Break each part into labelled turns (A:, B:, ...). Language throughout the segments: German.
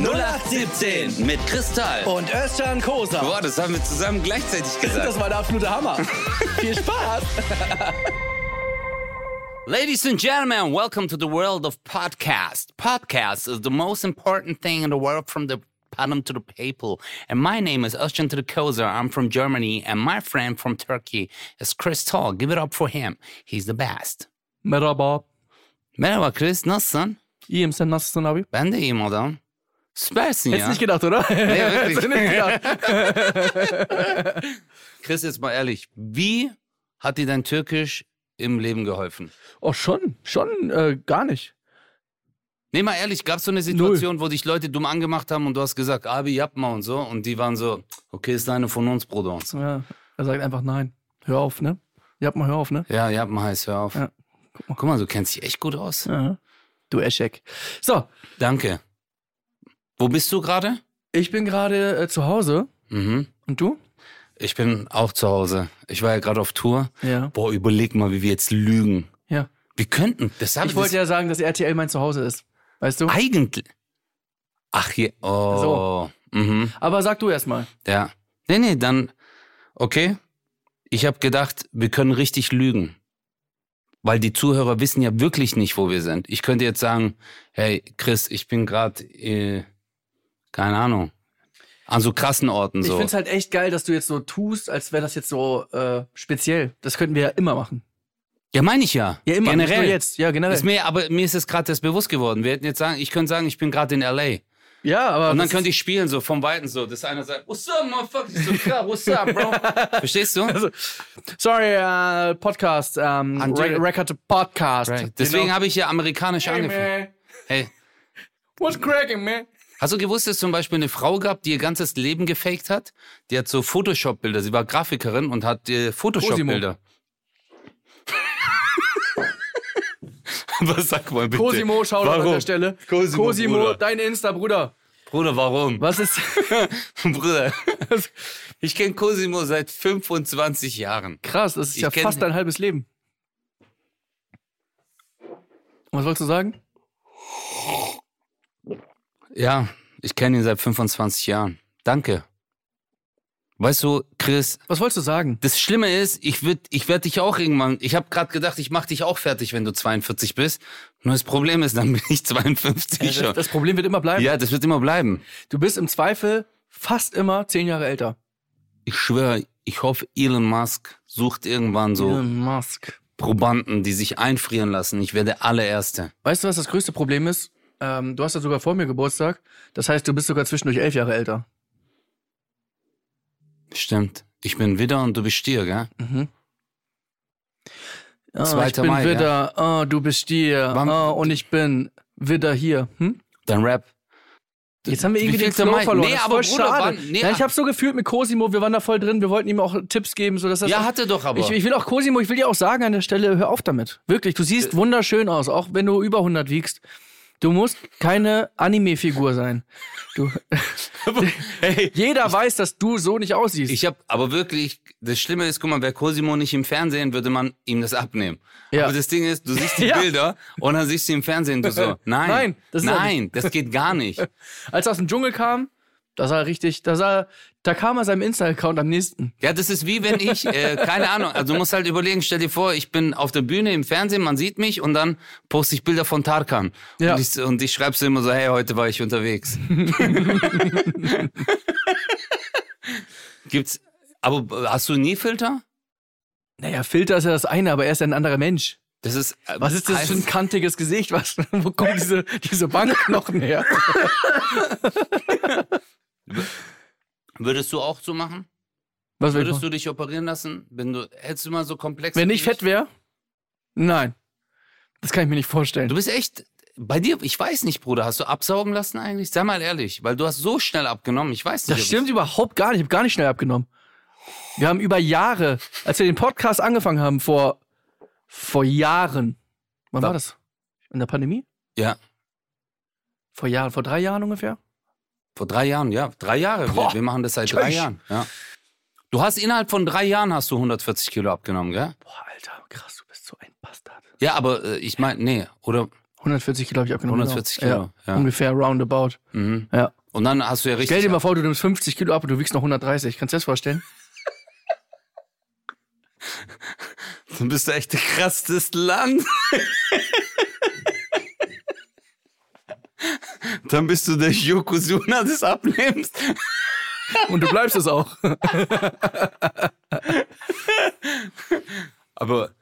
A: 0817 mit Kristall.
B: Und Özcan Kosa.
A: Oh. Boah, das haben wir zusammen gleichzeitig gesagt.
B: Das war der absolute Hammer. Viel Spaß.
A: Ladies and gentlemen, welcome to the world of podcast. Podcast is the most important thing in the world from the bottom to the people. And my name is Özcan Turkoza. I'm from Germany, and my friend from Turkey is Chris Tall. Give it up for him. He's the best.
C: Merhaba.
A: Merhaba Chris, nasılsın?
C: İyiyim sen nasılsın abi?
A: Ben de iyiyim adam. Süpersin
C: Hättest
A: ya.
C: nicht gedacht, oder?
A: Ja, wirklich.
C: Hättest du nicht gedacht.
A: Chris, jetzt mal ehrlich, wie hat dir dein Türkisch im Leben geholfen?
C: Oh, schon, schon äh, gar nicht.
A: Nee, mal ehrlich, gab es so eine Situation, wo dich Leute dumm angemacht haben und du hast gesagt, Abi, Japma und so, und die waren so, okay, ist eine von uns, Bruder. Und so.
C: Ja, er sagt einfach nein. Hör auf, ne? Ja, mal hör auf, ne?
A: Ja, Japma heißt, hör auf.
C: Ja,
A: guck, mal. du kennst dich echt gut aus.
C: Ja. Du Eschek. So,
A: Danke. Wo bist du gerade?
C: ich bin gerade äh, zu Hause.
A: Mhm.
C: Und du?
A: Ich bin auch zu Hause. Ich war ja gerade auf Tour.
C: Ja.
A: Boah, überleg mal, wie wir jetzt lügen.
C: Ja.
A: Wir könnten, das habe
C: Ich wollte ja sagen, dass RTL mein Zuhause ist. Weißt du?
A: eigentlich. Ach, je, oh. Mhm.
C: Aber sag du erst mal.
A: Ja. Nee, nee, dann, okay. Ich habe gedacht, wir können richtig lügen. Weil die Zuhörer wissen ja wirklich nicht, wo wir sind. Ich könnte jetzt sagen, hey, Chris, ich bin gerade, äh, keine Ahnung, an so krassen Orten
C: Ich
A: so.
C: find's halt echt geil, dass du jetzt so tust, als wäre das jetzt so äh, speziell. Das könnten wir ja immer machen.
A: Ja, meine ich ja.
C: Ja, immer. nicht
A: Generell.
C: Nur jetzt. Ja, generell.
A: Ist mir, aber mir ist es gerade das bewusst geworden. Wir hätten jetzt sagen, ich könnte sagen, ich bin gerade in L.A.
C: ja, aber.
A: Und dann
C: das
A: könnte ich spielen, so vom Weiten so, dass einer sagt, what's up, motherfucker? Ich so, klar, what's up, bro? Verstehst du?
C: Also, ist- sorry, äh, Podcast. Ähm,
A: And do
C: Re
A: it.
C: Record Podcast.
A: Right. Deswegen habe ich ja amerikanisch
C: Hey,
A: angefangen.
C: Genau. man.
A: Hey,
C: What's cracking, man?
A: Hast du gewusst, dass es zum Beispiel eine Frau gab, die ihr ganzes Leben gefaked hat? Die hat so Photoshop-Bilder. Sie war Grafikerin und hat äh, Photoshop-Bilder. Was sag mal bitte?
C: Cosimo, schau an
A: Warum?
C: der Stelle.
A: Cosimo, Bruder.
C: dein Insta-Bruder.
A: Bruder, warum?
C: Was ist.
A: Bruder, ich kenne Cosimo seit 25 Jahren.
C: Krass, das ist
A: Ich
C: ja
A: kenn-
C: fast dein halbes Leben. Was wolltest du sagen?
A: Ja, ich kenne ihn seit 25 Jahren. Danke. Weißt du, Chris,
C: Was wolltest du sagen?
A: Das Schlimme ist, ich würd, ich werde dich auch irgendwann. Ich habe gerade gedacht, ich mache dich auch fertig, wenn du 42 bist. Nur das Problem ist, dann bin ich 52
C: Das,
A: schon.
C: das Problem wird immer bleiben.
A: ja, das wird immer bleiben.
C: Du bist im Zweifel fast immer zehn Jahre älter.
A: Ich schwöre, ich hoffe, Elon Musk sucht irgendwann so
C: Elon Musk.
A: Probanden, die sich einfrieren lassen. Ich werde der allererste.
C: Weißt du, was das größte Problem ist? Ähm, du hast ja sogar vor mir Geburtstag. Das heißt, du bist sogar zwischendurch elf Jahre älter.
A: Stimmt. Ich bin Widder und du bist Stier, gell?
C: Ah, ich
A: Zweiter
C: bin
A: Mai,
C: wieder, ah, du bist hier,
A: Wann-
C: ah, und ich bin wieder hier. Hm?
A: Dann Rap.
C: Jetzt haben wir
A: Wie
C: irgendwie den
A: vielter
C: Flow
A: Mai?
C: verloren.
A: Nee,
C: das ist
A: aber
C: voll
A: Bruder,
C: schade.
A: wann- nee,
C: ja, ich
A: ah-
C: habe so gefühlt mit Cosimo, wir waren da voll drin, wir wollten ihm auch Tipps geben, so dass das
A: Ja, hatte doch aber.
C: ich, ich will auch Cosimo, ich will dir auch sagen an der Stelle, hör auf damit. Wirklich, du siehst wunderschön aus, auch wenn du über 100 wiegst. Du musst keine Anime-Figur sein. Du,
A: hey,
C: jeder weiß, dass du so nicht aussiehst.
A: Ich habe, aber wirklich, das Schlimme ist, guck mal, wäre Cosimo nicht im Fernsehen, würde man ihm das abnehmen.
C: Ja.
A: Aber das Ding ist, du siehst die
C: Ja.
A: Bilder und dann siehst du im Fernsehen, du so, nein,
C: Nein, das ist er
A: nein, das geht gar nicht.
C: Als er aus dem Dschungel kam, da sah er richtig, da sah, er- da kam er seinem Insta-Account am nächsten.
A: Ja, das ist wie wenn ich, äh, keine Ahnung, also du musst halt überlegen, stell dir vor, ich bin auf der Bühne im Fernsehen, man sieht mich und dann poste ich Bilder von Tarkan.
C: Ja.
A: Und ich, und ich schreib's immer so, hey, heute war ich unterwegs. Gibt's, aber hast du nie Filter?
C: Naja, Filter ist ja das eine, aber er ist ja ein anderer Mensch.
A: Das ist, äh,
C: Was ist das für ein kantiges Gesicht? Was, wo kommen diese, diese Bankknochen her?
A: Würdest du auch so machen?
C: Was will ich
A: Würdest
C: machen?
A: du dich operieren lassen? Wenn du, hättest du mal so komplex.
C: Wenn ich fett wäre? Nein. Das kann ich mir nicht
A: Du
C: vorstellen.
A: bist echt. Bei dir, ich weiß nicht, Bruder, hast du absaugen lassen eigentlich? Sei mal ehrlich, weil du hast so schnell abgenommen. Ich weiß nicht.
C: Das
A: ob
C: stimmt überhaupt gar nicht. Ich habe gar nicht schnell abgenommen. Wir haben über Jahre, als wir den Podcast angefangen haben, vor, vor Jahren. Wann
A: Da-
C: war das? In der Pandemie?
A: es- Ja,
C: Vor Jahren, vor drei Jahren ungefähr?
A: vor drei Jahren, ja, drei Jahre. Wir,
C: Boah.
A: wir machen das seit drei
C: Tschüss.
A: Jahren. Ja. Du hast innerhalb von drei Jahren hast du 140 Kilo abgenommen, gell?
C: Boah, Alter, krass, du bist so ein Bastard.
A: Ja, aber äh, ich meine, nee, oder?
C: 140 Kilo habe ich abgenommen.
A: 140
C: genau.
A: Kilo, ja. Mhm.
C: Ungefähr roundabout. Ja.
A: Und dann hast du ja richtig.
C: Stell dir mal vor, du nimmst 50 Kilo ab und du wiegst noch 130. Kannst du dir das vorstellen?
A: Dann bist du echt der krasseste Land. Dann bist du der Yokozuna des Abnehmens.
C: Und du bleibst es auch.
A: Aber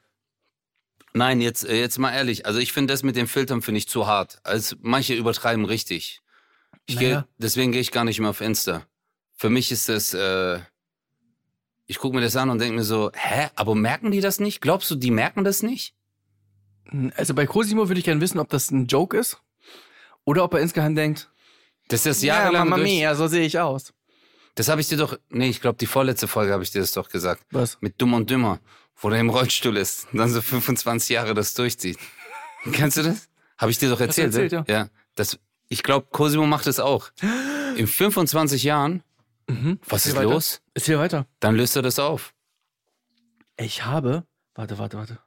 A: nein, jetzt, äh, jetzt mal ehrlich. Also ich finde das mit den Filtern finde ich zu hart. Also manche übertreiben richtig. Ich
C: Naja.
A: geh, deswegen gehe ich gar nicht mehr auf Insta. Für mich ist das. Äh, ich gucke mir das an und denke mir so, hä, aber merken die das nicht? Glaubst du, die merken das nicht?
C: Also bei Cosimo würde ich gerne wissen, ob das ein Joke ist oder ob er insgeheim denkt,
A: Das ist jahrelang
C: Mamma
A: durch.
C: mia, so sehe ich aus.
A: Das habe ich dir doch, nee, ich glaube, die vorletzte Folge habe ich dir das doch gesagt.
C: Was?
A: Mit Dumm und Dümmer, wo der im Rollstuhl ist und dann so 25 Jahre das durchzieht. Kennst du das? Habe ich dir doch erzählt,
C: erzählt,
A: ne? ja. Das, ich glaube, Cosimo macht das auch. In 25 Jahren, was ist
C: weiter.
A: los?
C: Ist hier weiter.
A: Dann löst er das auf.
C: Ich habe. Warte, warte, warte.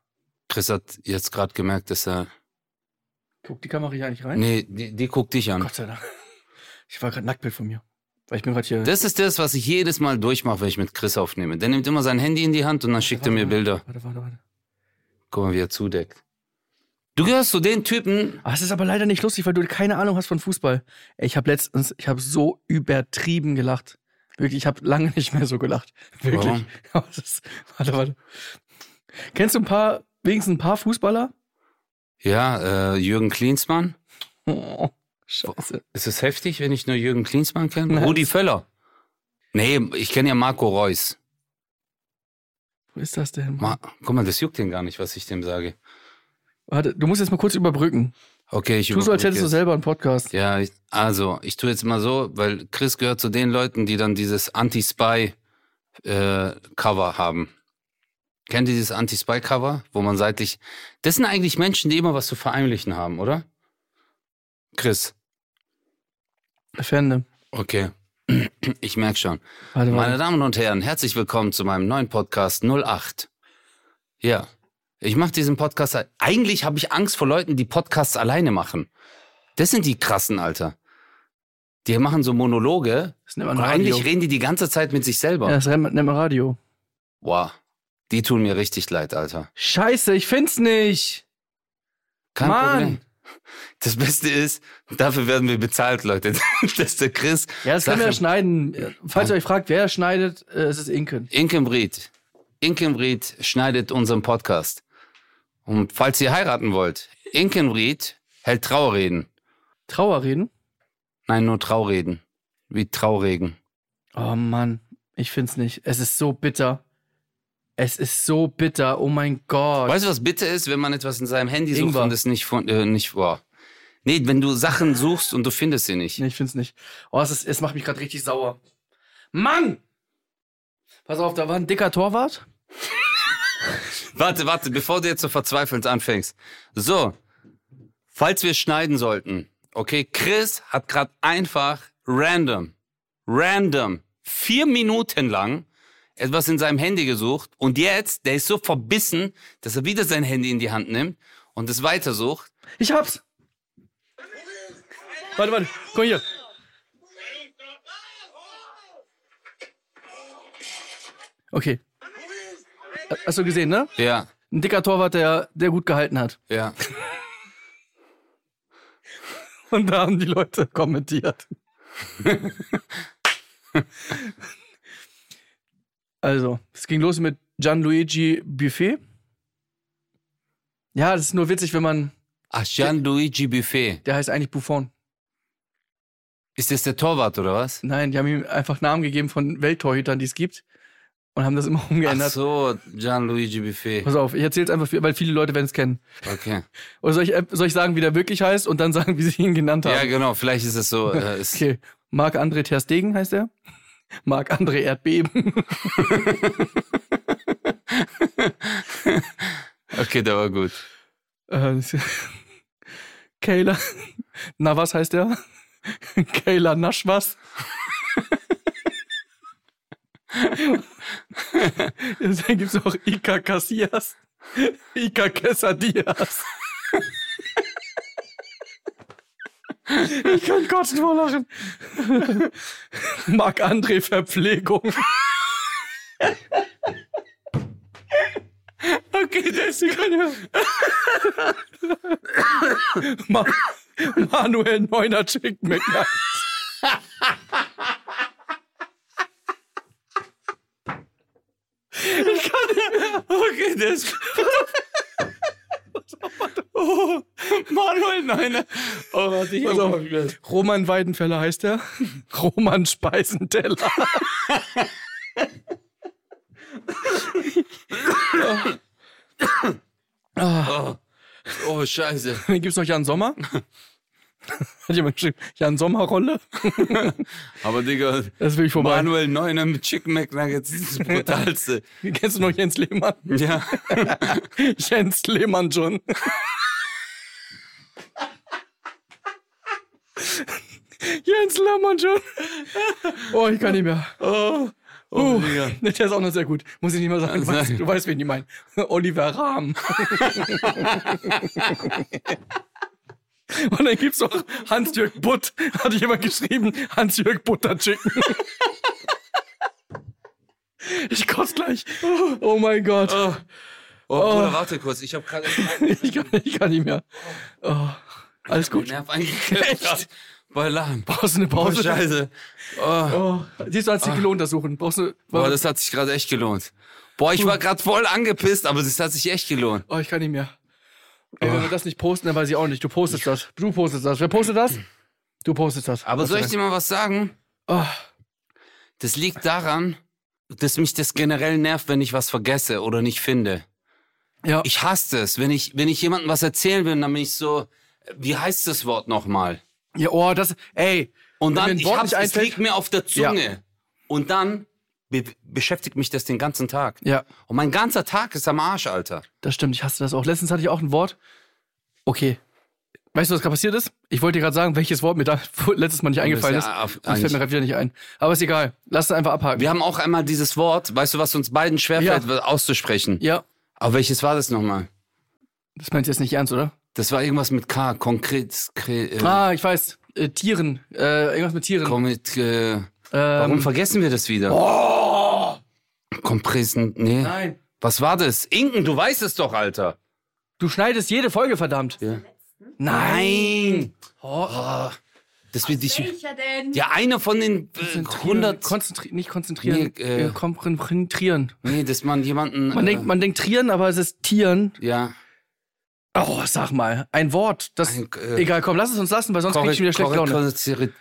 A: Chris hat jetzt gerade gemerkt, dass er,
C: Guck die Kamera hier eigentlich rein?
A: nee, die, die guckt dich an.
C: Gott sei Dank. Ich war gerade Nacktbild von mir. Weil ich bin gerade hier.
A: Das ist das, was ich jedes Mal durchmache, wenn ich mit Chris aufnehme. Der nimmt immer sein Handy in die Hand und dann schickt er
C: Ah.
A: mir Bilder.
C: Warte, warte, warte.
A: Guck mal, wie er zudeckt. Du gehörst zu den Typen,
C: Ah, es ist aber leider nicht lustig, weil du keine Ahnung hast von Fußball. Ey, Ich habe letztens, ich habe so übertrieben gelacht. Wirklich, ich habe lange nicht mehr so gelacht. Wirklich.
A: Warum?
C: Aber es ist, warte, warte. Kennst du ein paar, wenigstens ein paar Fußballer?
A: Ja, äh, Jürgen Klinsmann.
C: Oh, scheiße.
A: Ist es heftig, wenn ich nur Jürgen Klinsmann kenne?
C: Nein.
A: Rudi Völler. Nee, ich kenne ja Marco Reus.
C: Wo ist das denn?
A: Ma Guck mal, das juckt den gar nicht, was ich dem sage.
C: Warte, du musst jetzt mal kurz überbrücken.
A: Okay, ich
C: Tu so, als
A: überbrücke
C: hättest du
A: jetzt.
C: selber einen Podcast.
A: Ja, ich, also, ich tue jetzt mal so, weil Chris gehört zu den Leuten, die dann dieses Anti-Spy-Cover haben. Kennt ihr dieses Anti-Spy-Cover, wo man seitlich. Das sind eigentlich Menschen, die immer was zu verheimlichen haben, oder? Chris.
C: Fände.
A: Okay. Ich merk schon.
C: Warte,
A: Meine
C: warte.
A: Damen und Herren, herzlich willkommen zu meinem neuen Podcast 08. Ja, ich mache diesen Podcast. al- Eigentlich habe ich Angst vor Leuten, die Podcasts alleine machen. Das sind die krassen, Alter. Die machen so Monologe.
C: Das nennt
A: Und
C: man Radio.
A: eigentlich reden die die ganze Zeit mit sich
C: Ja,
A: selber.
C: das nennt man nennt man Radio.
A: Wow. Die tun mir richtig leid, Alter.
C: Scheiße, ich find's nicht.
A: Kein
C: Mann.
A: Problem. Das Beste ist, dafür werden wir bezahlt, Leute. Dass der Chris.
C: Ja, das können wir ja
A: Sache-
C: schneiden. Falls ihr euch fragt, wer schneidet, äh, es ist Inken.
A: Inkenbreed. Inkenbreed schneidet unseren Podcast. Und falls ihr heiraten wollt, Inkenbreed hält Trauerreden.
C: Trauerreden?
A: Nein, nur Traureden. Wie Trauregen.
C: Oh Mann, ich find's nicht. Es ist so bitter. Es ist so bitter. Oh mein Gott.
A: Weißt du, was bitter ist, wenn man etwas in seinem Handy sucht
C: Ingwer.
A: und es nicht, von, äh, nicht war? Nee, wenn du Sachen suchst und du findest sie nicht.
C: Nee, ich find's nicht. Oh, es, ist, es macht mich gerade richtig sauer. Mann! Pass auf, da war ein dicker Torwart.
A: Warte, warte, bevor du jetzt so verzweifelt anfängst. So, falls wir schneiden sollten, okay, Chris hat gerade einfach random, random, vier Minuten lang etwas in seinem Handy gesucht und jetzt, der ist so verbissen, dass er wieder sein Handy in die Hand nimmt und es weitersucht.
C: Ich hab's. Warte, warte. Komm hier. Okay. Hast du gesehen, ne?
A: Ja,
C: Ein dicker Torwart, der, der gut gehalten hat.
A: ja.
C: Und da haben die Leute kommentiert. also, es ging los mit Gianluigi Buffet. Ja, das ist nur witzig, wenn man.
A: Ach, Gianluigi Buffet.
C: Der heißt eigentlich Buffon.
A: Ist das der Torwart oder was?
C: Nein, die haben ihm einfach Namen gegeben von Welttorhütern, die es gibt. Und haben das immer
A: Ach
C: umgeändert.
A: so, Gianluigi Buffet.
C: Pass auf, ich erzähl's einfach, weil viele Leute werden es kennen.
A: Okay.
C: Oder soll ich, äh, soll ich sagen, wie der wirklich heißt und dann sagen, wie sie ihn genannt haben?
A: Ja, genau, vielleicht ist es so. Äh, ist,
C: Okay, Marc-André Ter Stegen heißt er. Marc-André Erdbeben.
A: okay, der war gut.
C: Äh, Kayla. Na, was heißt der? Kayla Naschwas. Dann gibt's auch Ika Casillas. Ika Quesadillas. Ich kann kotzen vor Lachen. Marc-André Verpflegung. okay, das ist Ma Manuel Neuner checkt mich an. Ich kann nicht mehr. Okay, das ist... Oh, Manuel Neuner.
A: Oh, warte, ich
C: Pass auf. Roman Weidenfeller heißt er. Roman Speisenteller.
A: oh. oh, scheiße.
C: Dann gibt es noch Jan Sommer. Hat jemand geschrieben, Jan Sommer-Rolle?
A: Aber Digga,
C: Das ist wirklich vorbei.
A: Manuel Neuner mit Chicken McNuggets das ist das Brutalste.
C: Kennst du noch Jens Lehmann?
A: ja.
C: Jens Lehmann schon. Jens Lehmann schon. Oh, ich kann nicht mehr.
A: Oh, oh
C: Uh,
A: Digga.
C: der ist auch noch sehr gut. Muss ich nicht mal sagen. Du weißt, du weißt wen ich meine. Oliver Rahm. Und dann gibt's noch Hans-Jörg Butt. Hat jemand geschrieben, Hans-Jörg Butter Chicken. Ich kotze gleich. Oh mein Gott.
A: Oh, Bruder, warte kurz. Ich habe gerade
C: Ich kann, ich kann nicht mehr. Oh, alles
A: einen
C: gut.
A: Nerv eingeklemmt.
C: Echt?
A: Bei Lachen.
C: Brauchst du eine
A: Oh,
C: Pause?
A: scheiße. Oh.
C: Oh, siehst du, hat sich gelohnt, das Suchen. Brauchst du,
A: Boah, das hat sich gerade echt gelohnt. Boah, ich war gerade voll angepisst, aber das hat sich echt gelohnt.
C: oh, ich kann nicht mehr. Ey,
A: Oh.
C: wenn wir das nicht posten, dann weiß ich auch nicht. Du postest das. Du postest das. Wer postet das? Du postest das.
A: Aber soll ich dir mal was sagen?
C: Oh,
A: Das liegt daran, dass mich das generell nervt, wenn ich was vergesse oder nicht finde.
C: ja.
A: Ich hasse es, wenn ich, wenn ich jemandem was erzählen will, dann bin ich so, wie heißt das Wort nochmal?
C: ja, oh, das. Ey.
A: Und
C: Wenn mir
A: dann,
C: ein
A: ich
C: Wort
A: hab's,
C: nicht
A: es
C: einfällt-
A: liegt mir auf der Zunge. Und dann be beschäftigt mich das den ganzen Tag.
C: Ja,
A: Und mein ganzer Tag ist am Arsch, Alter.
C: das stimmt. Ich hasse das auch. Letztens hatte ich auch ein Wort. Okay. Weißt du, was gerade passiert ist? Ich wollte dir gerade sagen, welches Wort mir da letztes Mal nicht eingefallen ist.
A: ja auf-
C: Das fällt mir gerade wieder nicht ein. Aber ist egal. Lass es einfach abhaken.
A: Wir haben auch einmal dieses Wort, weißt du, was uns beiden schwerfällt, auszusprechen.
C: ja.
A: Aber welches war das nochmal?
C: Das meinst du jetzt nicht ernst, oder?
A: Das war irgendwas mit K, konkret. Kre, äh,
C: Ah, ich weiß. Äh, Tieren. Äh, irgendwas mit Tieren.
A: Komet, äh,
C: Ähm, Oh!
A: warum vergessen wir das wieder? Kompressen, nee.
C: Nein.
A: Was war das? Inken, du weißt es doch, Alter.
C: Du schneidest jede Folge, verdammt.
A: Ja.
C: Nein.
A: Nein.
C: Oh, oh.
A: Das wird dich.
D: Welcher denn?
A: Ja, einer von den äh, 100.
C: Konzentri nicht konzentrieren.
A: Nee, äh,
C: äh, konzentrieren.
A: Nee, dass man jemanden.
C: Man,
A: äh,
C: denkt, man denkt trieren, aber es ist tieren.
A: Ja.
C: Oh, sag mal. Ein Wort. Das,
A: Ein, äh,
C: egal, komm, lass es uns lassen, weil sonst krieg ich schon wieder schlechte Laune.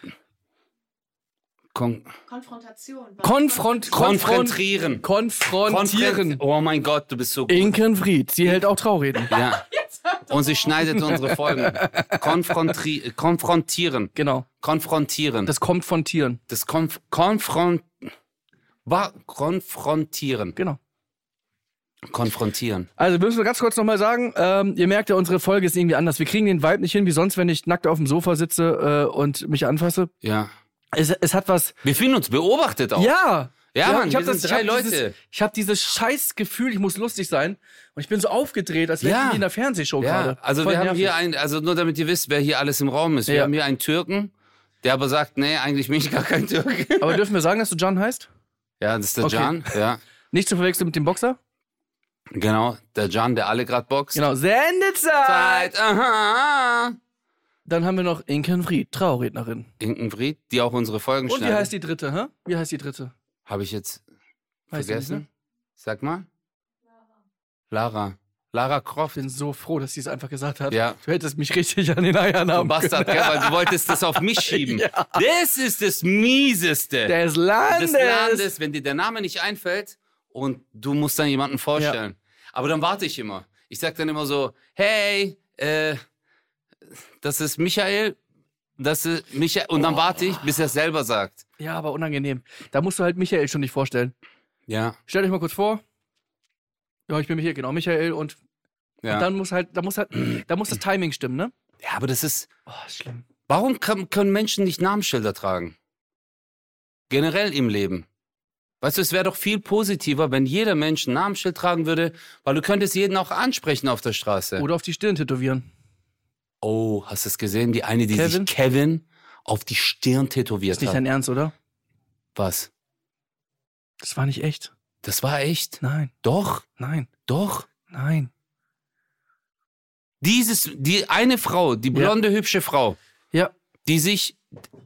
A: Kon
D: Konfrontation.
C: Konfront konfront
A: konfrontieren.
C: konfrontieren.
A: Konfront- Oh mein Gott, du bist so gut.
C: Inken Fried, sie hält auch Traureden.
A: Ja. Und sie schneidet unsere Folgen. Konfrontri konfrontieren.
C: Genau.
A: Konfrontieren. Das,
C: Das kommt von Tieren.
A: Konf konfront Wa- konfrontieren.
C: Genau.
A: Konfrontieren.
C: Also müssen wir ganz kurz nochmal sagen, ähm, ihr merkt ja, unsere Folge ist irgendwie anders. Wir kriegen den Vibe nicht hin, wie sonst, wenn ich nackt auf dem Sofa sitze äh, und mich anfasse.
A: Ja.
C: Es, es hat was.
A: Wir fühlen uns beobachtet auch.
C: Ja!
A: Ja, Mann,
C: ich hab
A: wir sind
C: ich
A: drei
C: hab
A: Leute.
C: Dieses, ich habe dieses scheiß Gefühl, ich muss lustig sein. Und ich bin so aufgedreht, als wäre
A: Ja.
C: ich wie in einer Fernsehshow
A: Ja,
C: Oh, gerade.
A: also
C: Voll
A: wir haben
C: nervig.
A: hier einen, also nur damit ihr wisst, wer hier alles im Raum ist. Wir
C: Ja.
A: haben hier einen Türken, der aber sagt, nee, eigentlich bin ich gar kein Türke.
C: Aber dürfen wir sagen, dass du John heißt?
A: Ja, das ist der
C: Okay.
A: Jan. Ja,
C: Nicht zu verwechseln mit dem Boxer?
A: genau. Der Jan, der alle gerade boxt.
C: Genau. Sendezeit!
A: Zeit, aha.
C: Dann haben wir noch Inken Fried, Traurednerin.
A: Inkenfried, die auch unsere Folgen
C: Und wie
A: schneidet.
C: heißt die dritte, hä? Wie heißt die dritte?
A: Habe ich jetzt
C: Weißt du nicht,
A: vergessen?
C: ne?
A: Sag mal. Lara. Lara
C: Ich
A: Croft.
C: bin so froh, dass sie es einfach gesagt hat.
A: Ja.
C: Du hättest mich richtig an den Eiern
A: Du
C: haben
A: Bastard, gell, weil du wolltest das auf mich schieben. Das ist das Mieseste.
C: Des Landes.
A: des Landes, wenn dir der Name nicht einfällt und du musst dann jemanden vorstellen. Aber dann warte ich immer. Ich sag dann immer so, hey, äh, das ist Michael, das ist Michael. Und dann warte ich, bis er es selber sagt.
C: Ja, aber unangenehm. Da musst du halt Michael schon nicht vorstellen.
A: Ja,
C: Stellt euch mal kurz vor. Ja, ich bin Michael, genau, Michael. Und,
A: ja.
C: und dann muss halt, da muss halt, da muss das Timing stimmen, ne?
A: ja aber das ist,
C: Oh, schlimm.
A: warum kann, können Menschen nicht Namensschilder tragen? Generell im Leben. Weißt du, es wäre doch viel positiver, wenn jeder Mensch ein Namensschild tragen würde, weil du könntest jeden auch ansprechen auf der Straße.
C: Oder auf die Stirn tätowieren.
A: Oh, hast du es gesehen? Die eine, die
C: Kevin?
A: sich Kevin auf die Stirn tätowiert
C: Ist nicht
A: hat.
C: dein Ernst, oder?
A: Was?
C: Das war nicht echt.
A: Das war echt?
C: Nein,
A: Doch,
C: nein,
A: doch.
C: nein.
A: Dieses, die eine Frau, die blonde, hübsche Frau,
C: Ja,
A: die sich,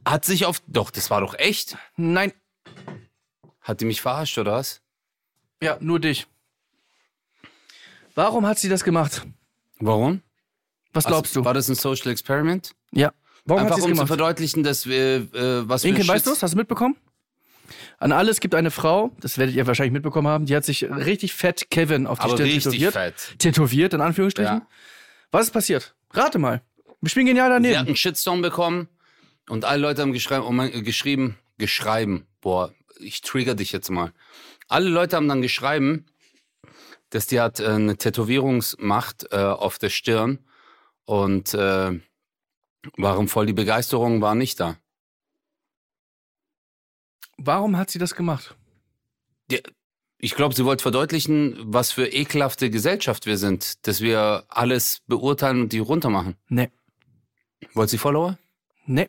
A: hat sich auf, doch, das war doch echt.
C: nein.
A: Hat die mich verarscht, oder was?
C: Ja, nur dich. Warum hat sie das gemacht?
A: Warum?
C: Was glaubst
A: Also,
C: du?
A: War das ein Social Experiment?
C: Ja. Warum hat
A: Einfach
C: sie es
A: um zu
C: gemacht?
A: verdeutlichen, dass wir, äh, was
C: Inke,
A: wir
C: weißt du Hast du mitbekommen? An alles gibt eine Frau, das werdet ihr wahrscheinlich mitbekommen haben, die hat sich richtig fett Kevin auf die
A: Aber
C: Stirn
A: richtig
C: tätowiert.
A: fett.
C: Tätowiert, in Anführungsstrichen.
A: Ja.
C: Was ist passiert? Rate mal. Wir spielen genial
A: Sie
C: daneben.
A: hat einen Shitstorm bekommen und alle Leute haben geschrieben, oh mein, äh, geschrieben, geschrieben, boah, ich trigger dich jetzt mal. Alle Leute haben dann geschrieben, dass die hat äh, eine Tätowierungsmacht äh, auf der Stirn und äh, waren voll die Begeisterung, war nicht da.
C: Warum hat sie das gemacht?
A: Ich glaube, sie wollte verdeutlichen, was für ekelhafte Gesellschaft wir sind, dass wir alles beurteilen und die runtermachen.
C: Nee.
A: Wollt sie Follower?
C: Nee.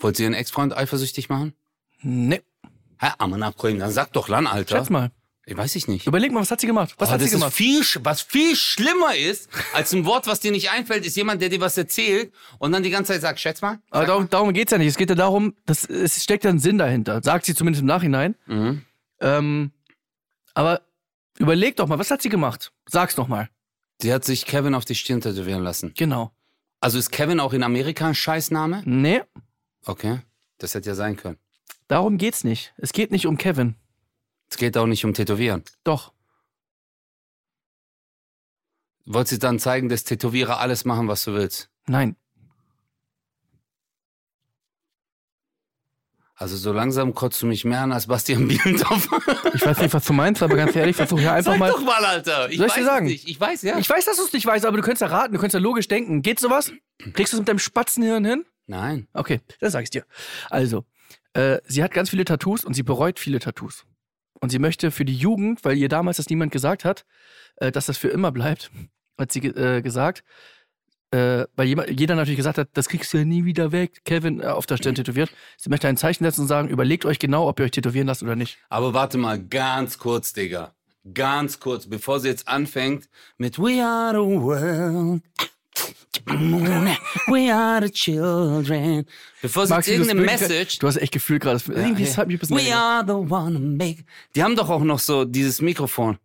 A: Wollt sie ihren Ex-Freund eifersüchtig machen?
C: Nee.
A: Hä, Amann abkeulen, dann sag doch lang, Alter.
C: ne. Schätz mal.
A: Ich weiß ich nicht.
C: Überleg mal, was hat sie gemacht? Was
A: Oh,
C: hat sie
A: das
C: gemacht?
A: ist viel, sch- was viel schlimmer ist, als ein Wort, was dir nicht einfällt, ist jemand, der dir was erzählt und dann die ganze Zeit sagt, schätz mal.
C: Aber darum, darum geht's ja nicht. Es geht ja darum, dass, es steckt ja ein Sinn dahinter. Sagt sie zumindest im Nachhinein.
A: Mhm.
C: Ähm, aber überleg doch mal, was hat sie gemacht? Sag's doch mal.
A: Sie hat sich Kevin auf die Stirn tätowieren lassen.
C: Genau.
A: Also ist Kevin auch in Amerika ein Scheißname?
C: Nee,
A: Okay, das hätte ja sein können.
C: darum geht's nicht. Es geht nicht um Kevin.
A: Es geht auch nicht um Tätowieren.
C: Doch.
A: Wollt sie dann zeigen, dass Tätowierer alles machen, was du willst?
C: Nein.
A: Also so langsam kotzt du mich mehr an als Bastian Bielendorf.
C: Ich weiß nicht, was du meinst, aber ganz ehrlich, versuch hier einfach
A: Sag
C: mal.
A: doch mal, Alter. Ich
C: Soll ich
A: weiß
C: dir sagen?
A: Es nicht. Ich weiß, ja.
C: Ich weiß, dass du es nicht weißt, aber du könntest ja raten, du könntest ja logisch denken. Geht sowas? Kriegst du es mit deinem Spatzenhirn hin?
A: Nein.
C: Okay, dann sag ich's dir. Also, äh, sie hat ganz viele Tattoos und sie bereut viele Tattoos. Und sie möchte für die Jugend, weil ihr damals das niemand gesagt hat, äh, dass das für immer bleibt, hat sie ge- äh, gesagt, äh, weil jemand, jeder natürlich gesagt hat, das kriegst du ja nie wieder weg, Kevin äh, auf der Stirn
A: Mhm.
C: tätowiert. Sie möchte ein Zeichen setzen und sagen, überlegt euch genau, ob ihr euch tätowieren lasst oder nicht.
A: Aber warte mal, ganz kurz, Digga. Ganz kurz, bevor sie jetzt anfängt mit We are the world. We are the children. Bevor sie jetzt
C: du hast
A: irgendeine
C: wirklich-
A: Message.
C: Du hast echt Gefühl gerade. das- Irgendwie das hat mich ein bisschen
A: We
C: erinnert.
A: are the one who make. Die haben doch auch noch so dieses Mikrofon.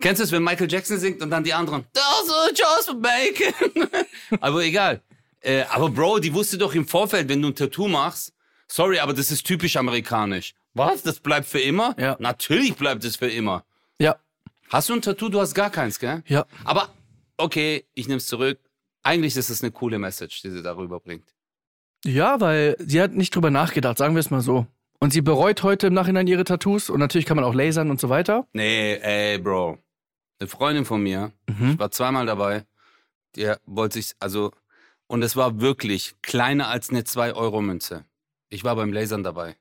A: Kennst du es, wenn Michael Jackson singt und dann die anderen? Those just bacon. aber egal. Äh, aber Bro, die wusste doch im Vorfeld, wenn du ein Tattoo machst, sorry, aber das ist typisch amerikanisch. Was? Das bleibt für immer?
C: Ja.
A: Natürlich bleibt es für immer.
C: ja,
A: Hast du ein Tattoo? Du hast gar keins, gell?
C: ja.
A: Aber okay, ich nehme es zurück. Eigentlich ist es eine coole Message, die sie darüber bringt.
C: Ja, weil sie hat nicht drüber nachgedacht, sagen wir es mal so. Und sie bereut heute im Nachhinein ihre Tattoos und natürlich kann man auch lasern und so weiter.
A: Nee, ey, Bro. Eine Freundin von mir, ich war zweimal dabei, der wollte sich, also, und es war wirklich kleiner als eine 2-Euro-Münze. Ich war beim Lasern dabei.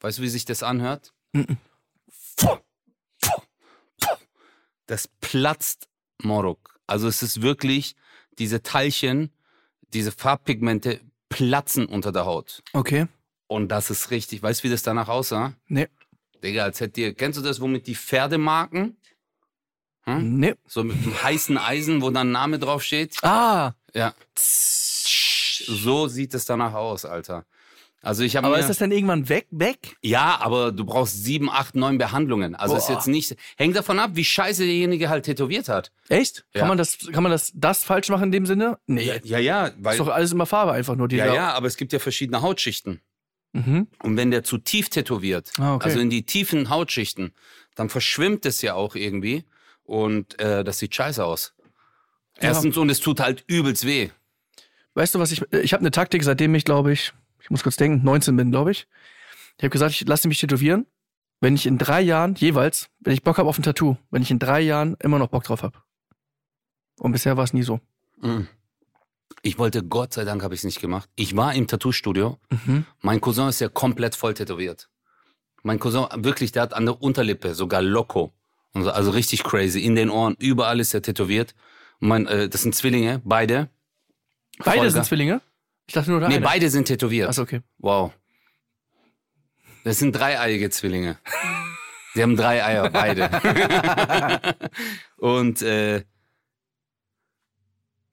A: Weißt du, wie sich das anhört? Pfuh, pfuh, pfuh. Das platzt Morok. Also es ist wirklich, diese Teilchen, diese Farbpigmente platzen unter der Haut.
C: Okay.
A: Und das ist richtig. Weißt du, wie das danach aussah?
C: Nee.
A: Digga, als hättet ihr, kennst du das, womit die Pferdemarken,
C: Nee.
A: so mit einem heißen Eisen, wo dann ein Name draufsteht?
C: Ah.
A: Ja. So sieht es danach aus, Alter. Also ich habe
C: Aber
A: mir-
C: ist das dann irgendwann weg, weg?
A: ja, aber du brauchst sieben, acht, neun Behandlungen. Also ist
C: Boah.
A: jetzt nicht hängt davon ab, wie scheiße derjenige halt tätowiert hat.
C: Echt?
A: Ja.
C: Kann man das, kann man das, das falsch machen in dem Sinne? Nee.
A: Ja, ja, ja weil
C: Ist doch alles immer Farbe einfach nur. Die
A: ja,
C: da-
A: ja, aber es gibt ja verschiedene Hautschichten.
C: Mhm.
A: Und wenn der zu tief tätowiert,
C: Ah, okay.
A: also in die tiefen Hautschichten, dann verschwimmt es ja auch irgendwie und äh, das sieht scheiße aus. Erstens und es tut halt übelst weh.
C: Weißt du, was ich, äh, ich habe eine Taktik, seitdem ich, glaube ich, ich muss kurz denken, 19 bin, glaube ich. Ich habe gesagt, ich lasse mich tätowieren, wenn ich in drei Jahren, jeweils, wenn ich Bock habe auf ein Tattoo, wenn ich in drei Jahren immer noch Bock drauf habe. Und bisher war es nie so.
A: Mm. Ich wollte, Gott sei Dank habe ich es nicht gemacht. Ich war im Tattoo-Studio.
C: Mhm.
A: Mein Cousin ist ja komplett voll tätowiert. Mein Cousin, wirklich, der hat an der Unterlippe sogar Loco. Und so, Also richtig crazy. In den Ohren, überall ist er tätowiert. Mein, äh, das sind Zwillinge, beide.
C: Beide
A: Vollgas.
C: sind Zwillinge? Ich dachte nur da
A: Nee,
C: einer.
A: beide sind tätowiert.
C: Achso, okay.
A: Wow. Das sind dreieiige Zwillinge. Die haben drei Eier, beide. und äh,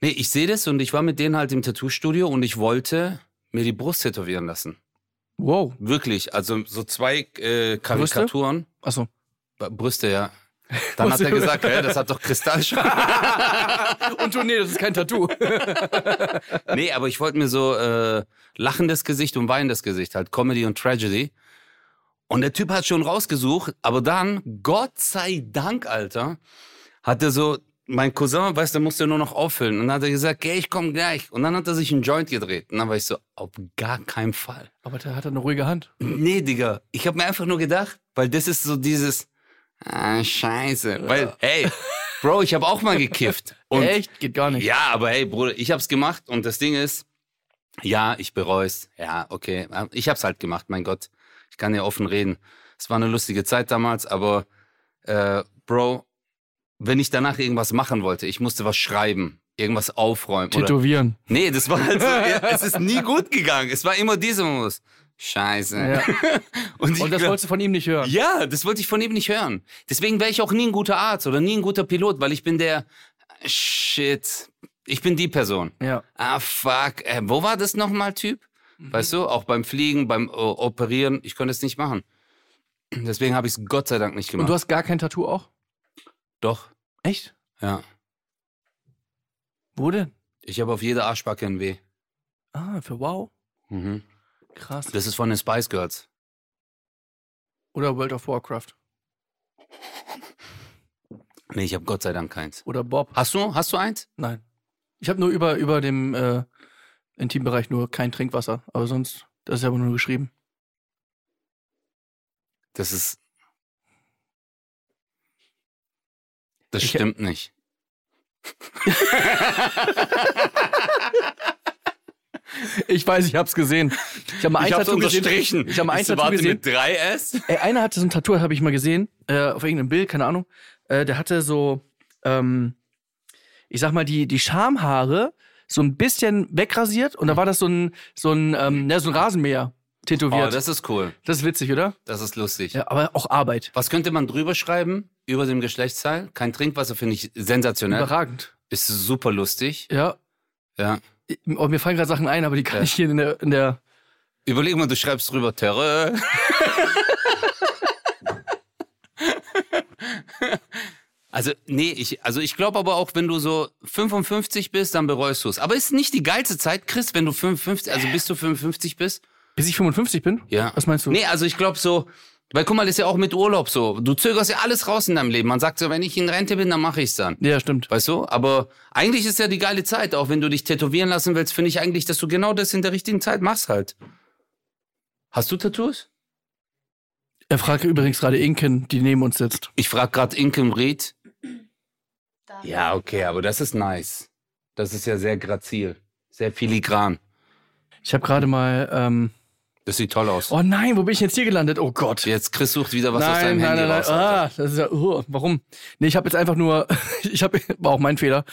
A: nee, ich sehe das und ich war mit denen halt im Tattoo-Studio und ich wollte mir die Brust tätowieren lassen.
C: Wow.
A: Wirklich, also so zwei äh, Karikaturen.
C: Achso.
A: Brüste? Brüste, ja. Dann hat er gesagt, hä, das hat doch Kristallschaden.
C: Und du, nee, das ist kein Tattoo.
A: Nee, aber ich wollte mir so äh, lachendes Gesicht und weinendes Gesicht, halt Comedy und Tragedy. Und der Typ hat schon rausgesucht, aber dann, Gott sei Dank, Alter, hat er so, mein Cousin, weißt du, der musste nur noch auffüllen. Und dann hat er gesagt, okay, ich komme gleich. Und dann hat er sich einen Joint gedreht. Und dann war ich so, auf gar keinen Fall.
C: Aber da hat er eine ruhige Hand.
A: Nee, Digga, ich habe mir einfach nur gedacht, weil das ist so dieses, ah, scheiße. Weil, hey, Bro, ich habe auch mal gekifft. Und
C: Echt? Geht gar nicht.
A: ja, aber hey, Bruder, ich hab's gemacht und das Ding ist, ja, ich bereu's. Ja, okay. Ich hab's halt gemacht, mein Gott. Ich kann ja offen reden. Es war eine lustige Zeit damals, aber äh, Bro, wenn ich danach irgendwas machen wollte, ich musste was schreiben, irgendwas aufräumen. Oder,
C: Tätowieren.
A: nee, das war halt so, ja, es ist nie gut gegangen. Es war immer diese Muss. Scheiße.
C: Ja.
A: Und, ich
C: Und das
A: glaub-
C: wolltest du von ihm nicht hören.
A: ja, das wollte ich von ihm nicht hören. Deswegen wäre ich auch nie ein guter Arzt oder nie ein guter Pilot, weil ich bin der äh, Shit. Ich bin die Person.
C: Ja.
A: Ah, fuck. Äh, wo war das nochmal, Typ? Weißt du, auch beim Fliegen, beim äh, Operieren, ich konnte es nicht machen. Deswegen habe ich es Gott sei Dank nicht
C: Und
A: gemacht.
C: du hast gar kein Tattoo auch?
A: Doch,
C: Echt?
A: ja.
C: Wo denn?
A: Ich habe auf jeder Arschbacke ein Weh.
C: Ah, für wow.
A: Mhm.
C: Krass.
A: Das ist von den Spice Girls.
C: Oder World of Warcraft.
A: Nee, ich habe Gott sei Dank keins.
C: Oder Bob.
A: Hast du, hast du eins?
C: Nein. Ich habe nur über, über dem äh, Intimbereich nur kein Trinkwasser. Aber sonst, das ist ja aber nur geschrieben.
A: Das ist. Das
C: Ich-
A: stimmt nicht.
C: Ich weiß, ich hab's gesehen. Ich habe mal ein Tattoo gesehen. Ich habe mal ein
A: Ich
C: Tattoo
A: warte
C: gesehen.
A: mit 3S.
C: Ey, einer hatte so ein Tattoo, habe ich mal gesehen, äh, auf irgendeinem Bild, keine Ahnung. Äh, der hatte so, ähm, ich sag mal, die, die Schamhaare so ein bisschen wegrasiert und da war das so ein, so ein, ähm, na, so ein Rasenmäher tätowiert.
A: Oh,
C: das,
A: das ist cool.
C: ist witzig, oder?
A: Das ist lustig.
C: Ja, aber auch Arbeit.
A: Was könnte man drüber schreiben über dem Geschlechtsteil? Kein Trinkwasser finde ich sensationell.
C: Überragend.
A: Ist super lustig.
C: Ja.
A: Ja.
C: Ich- Oh, mir fallen gerade Sachen ein, aber die kann
A: Ja.
C: ich hier in der, in der.
A: Überleg mal, du schreibst drüber Terre. Also, nee, ich, also ich glaube aber auch, wenn du so 55 bist, dann bereust du es. Aber ist nicht die geilste Zeit, Chris, wenn du 55, also bis du 55 bist?
C: Bis ich 55 bin?
A: Ja.
C: Was meinst du?
A: Nee, also ich glaube so, weil guck mal, das ist ja auch mit Urlaub so. Du zögerst ja alles raus in deinem Leben. Man sagt so, wenn ich in Rente bin, dann mache ich's dann.
C: Ja, stimmt.
A: Weißt du? Aber eigentlich ist ja die geile Zeit. Auch wenn du dich tätowieren lassen willst, finde ich eigentlich, dass du genau das in der richtigen Zeit machst halt. Hast du Tattoos?
C: Er fragt übrigens gerade Inken, die neben uns sitzt.
A: Ich frage gerade Inkem Reed.
D: Da.
A: Ja, okay, aber das ist nice. Das ist ja sehr grazil. Sehr filigran.
C: Ich habe gerade mal. Ähm,
A: Das sieht toll aus.
C: oh nein, wo bin ich jetzt hier gelandet? Oh Gott.
A: Jetzt Chris sucht wieder was aus
C: nein,
A: seinem
C: nein,
A: Handy
C: nein,
A: raus. Alter.
C: Ah, das ist ja, uh, warum? Nee, ich habe jetzt einfach nur, ich habe, war auch mein Fehler.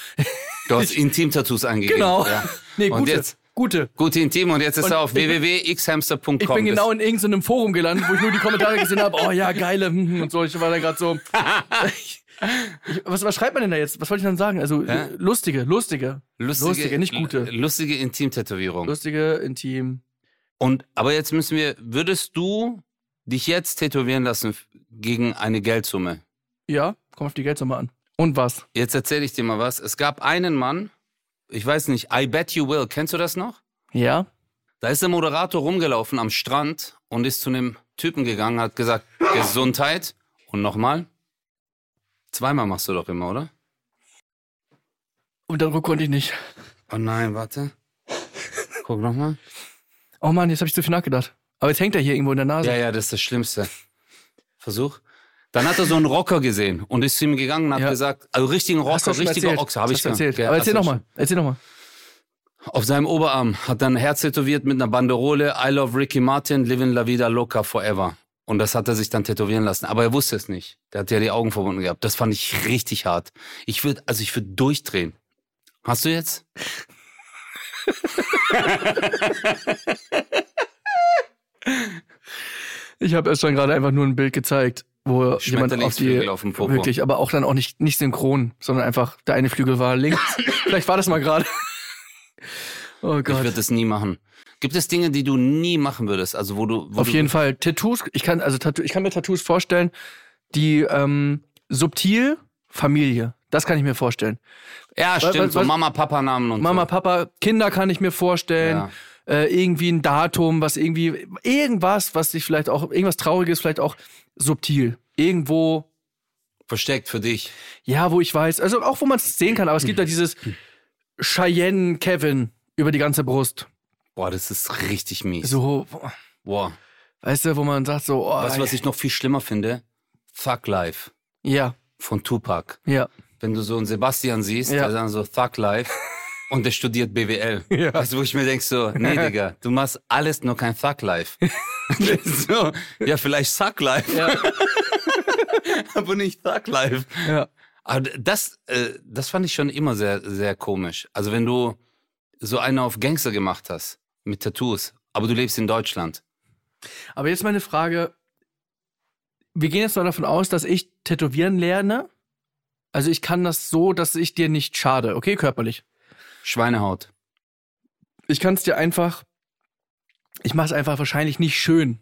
A: Du hast Intim-Tattoos angegeben.
C: Genau.
A: Ja.
C: Nee,
A: Und
C: gute,
A: jetzt?
C: gute.
A: Gute Intim und jetzt ist
C: Und
A: er auf
C: ich bin-
A: www.xhamster.com.
C: Ich bin genau in irgendeinem Forum gelandet, wo ich nur die Kommentare gesehen habe, oh ja, geile, hm, hm, und so. Ich war dann gerade so. Ich, was, was schreibt man denn da jetzt? Was wollte ich dann sagen? Also,
A: Hä?
C: lustige, lustige,
A: lustige,
C: lustige, nicht gute.
A: Lustige Intim-Tätowierung.
C: lustige, intim.
A: Und aber jetzt müssen wir, würdest du dich jetzt tätowieren lassen f- gegen eine Geldsumme?
C: Ja, komm auf die Geldsumme an. Und was?
A: Jetzt erzähle ich dir mal was. Es gab einen Mann, ich weiß nicht, I bet you will. Kennst du das noch?
C: Ja?
A: Da ist der Moderator rumgelaufen am Strand und ist zu einem Typen gegangen, hat gesagt, Gesundheit. Und nochmal. Zweimal machst du doch immer, oder?
C: Und darüber konnte ich nicht.
A: Oh nein, warte. Guck nochmal.
C: Oh Mann, jetzt habe ich zu viel nachgedacht. Aber jetzt hängt er hier irgendwo in der Nase.
A: Ja, ja, das ist das Schlimmste. Versuch. Dann hat er so einen Rocker gesehen und ist zu ihm gegangen und hat
C: Ja.
A: gesagt, also richtigen
C: Hast du
A: Rocker,
C: schon
A: richtiger
C: erzählt.
A: Ochse, habe
C: Hast
A: ich
C: du
A: schon
C: erzählt. Aber erzähl
A: hast du
C: nochmal. Erzähl nochmal.
A: schon. Auf seinem Oberarm hat dann ein Herz tätowiert mit einer Banderole, I love Ricky Martin, living la vida loca forever. Und das hat er sich dann tätowieren lassen. Aber er wusste es nicht. Der hat ja die Augen verbunden gehabt. Das fand ich richtig hart. Ich würde, also ich würde durchdrehen. Hast du jetzt?
C: Ich habe erst schon gerade einfach nur ein Bild gezeigt, wo jemand auf
A: Schmetterlingsflügel
C: die
A: auf dem Popo.
C: wirklich, aber auch dann auch nicht nicht synchron, sondern einfach der eine Flügel war links. Vielleicht war das mal gerade. Oh
A: Ich würde
C: Gott.
A: das nie machen. Gibt es Dinge, die du nie machen würdest? Also wo du wo
C: Auf
A: du,
C: jeden Fall Tattoos. Ich kann also Tattoo, ich kann mir Tattoos vorstellen, die ähm, subtil Familie. Das kann ich mir vorstellen.
A: Ja, stimmt.
C: was-
A: so
C: was-
A: Mama, Papa Namen und
C: Mama,
A: so.
C: Papa, Kinder kann ich mir vorstellen.
A: Ja.
C: äh, irgendwie ein Datum, was irgendwie, irgendwas, was dich vielleicht auch, irgendwas Trauriges, vielleicht auch subtil. Irgendwo,
A: Versteckt für dich.
C: ja, wo ich weiß, also auch wo man es sehen kann, aber es gibt ja dieses Cheyenne Kevin über die ganze Brust.
A: Boah, das ist richtig mies.
C: So, wo-
A: Boah.
C: weißt du, wo man sagt so, Also- oh,
A: Weißt du, was ich noch viel schlimmer finde? Fuck Life
C: ja,
A: von Tupac.
C: ja.
A: Wenn du so einen Sebastian siehst,
C: Ja.
A: der sagt so Fuck Life und der studiert BWL.
C: Ja.
A: Weißt du, wo ich mir denk so, nee, Digga, du machst alles, nur kein Fuck Life. so, ja, vielleicht Suck Life. Aber nicht Fuck Life.
C: Ja.
A: Aber d- das, äh, das fand ich schon immer sehr, sehr komisch. Also wenn du so einen auf Gangster gemacht hast mit Tattoos, aber du lebst in Deutschland.
C: Aber jetzt meine Frage, wir gehen jetzt mal davon aus, dass ich tätowieren lerne. Also ich kann das so, dass ich dir nicht schade, okay, körperlich.
A: Schweinehaut.
C: Ich kann es dir einfach, ich mache es einfach wahrscheinlich nicht schön.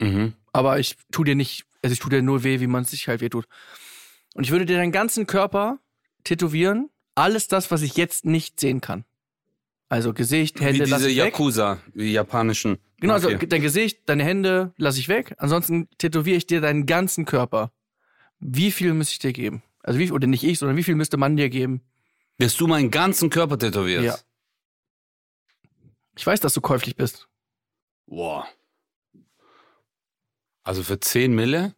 A: Mhm.
C: aber ich tu dir nicht, also ich tu dir nur weh, wie man es sich halt weh tut. Und ich würde dir deinen ganzen Körper tätowieren, alles das, was ich jetzt nicht sehen kann. Also Gesicht,
A: Wie
C: Hände, lass
A: diese
C: ich weg.
A: Yakuza, die japanischen.
C: Genau, also
A: Mafia.
C: dein Gesicht, deine Hände lass ich weg. Ansonsten tätowiere ich dir deinen ganzen Körper. Wie viel müsste ich dir geben? Also wie viel, oder nicht ich, sondern wie viel müsste man dir geben?
A: Dass du meinen ganzen Körper tätowierst?
C: Ja. Ich weiß, dass du käuflich bist.
A: Boah. Also für 10 Mille?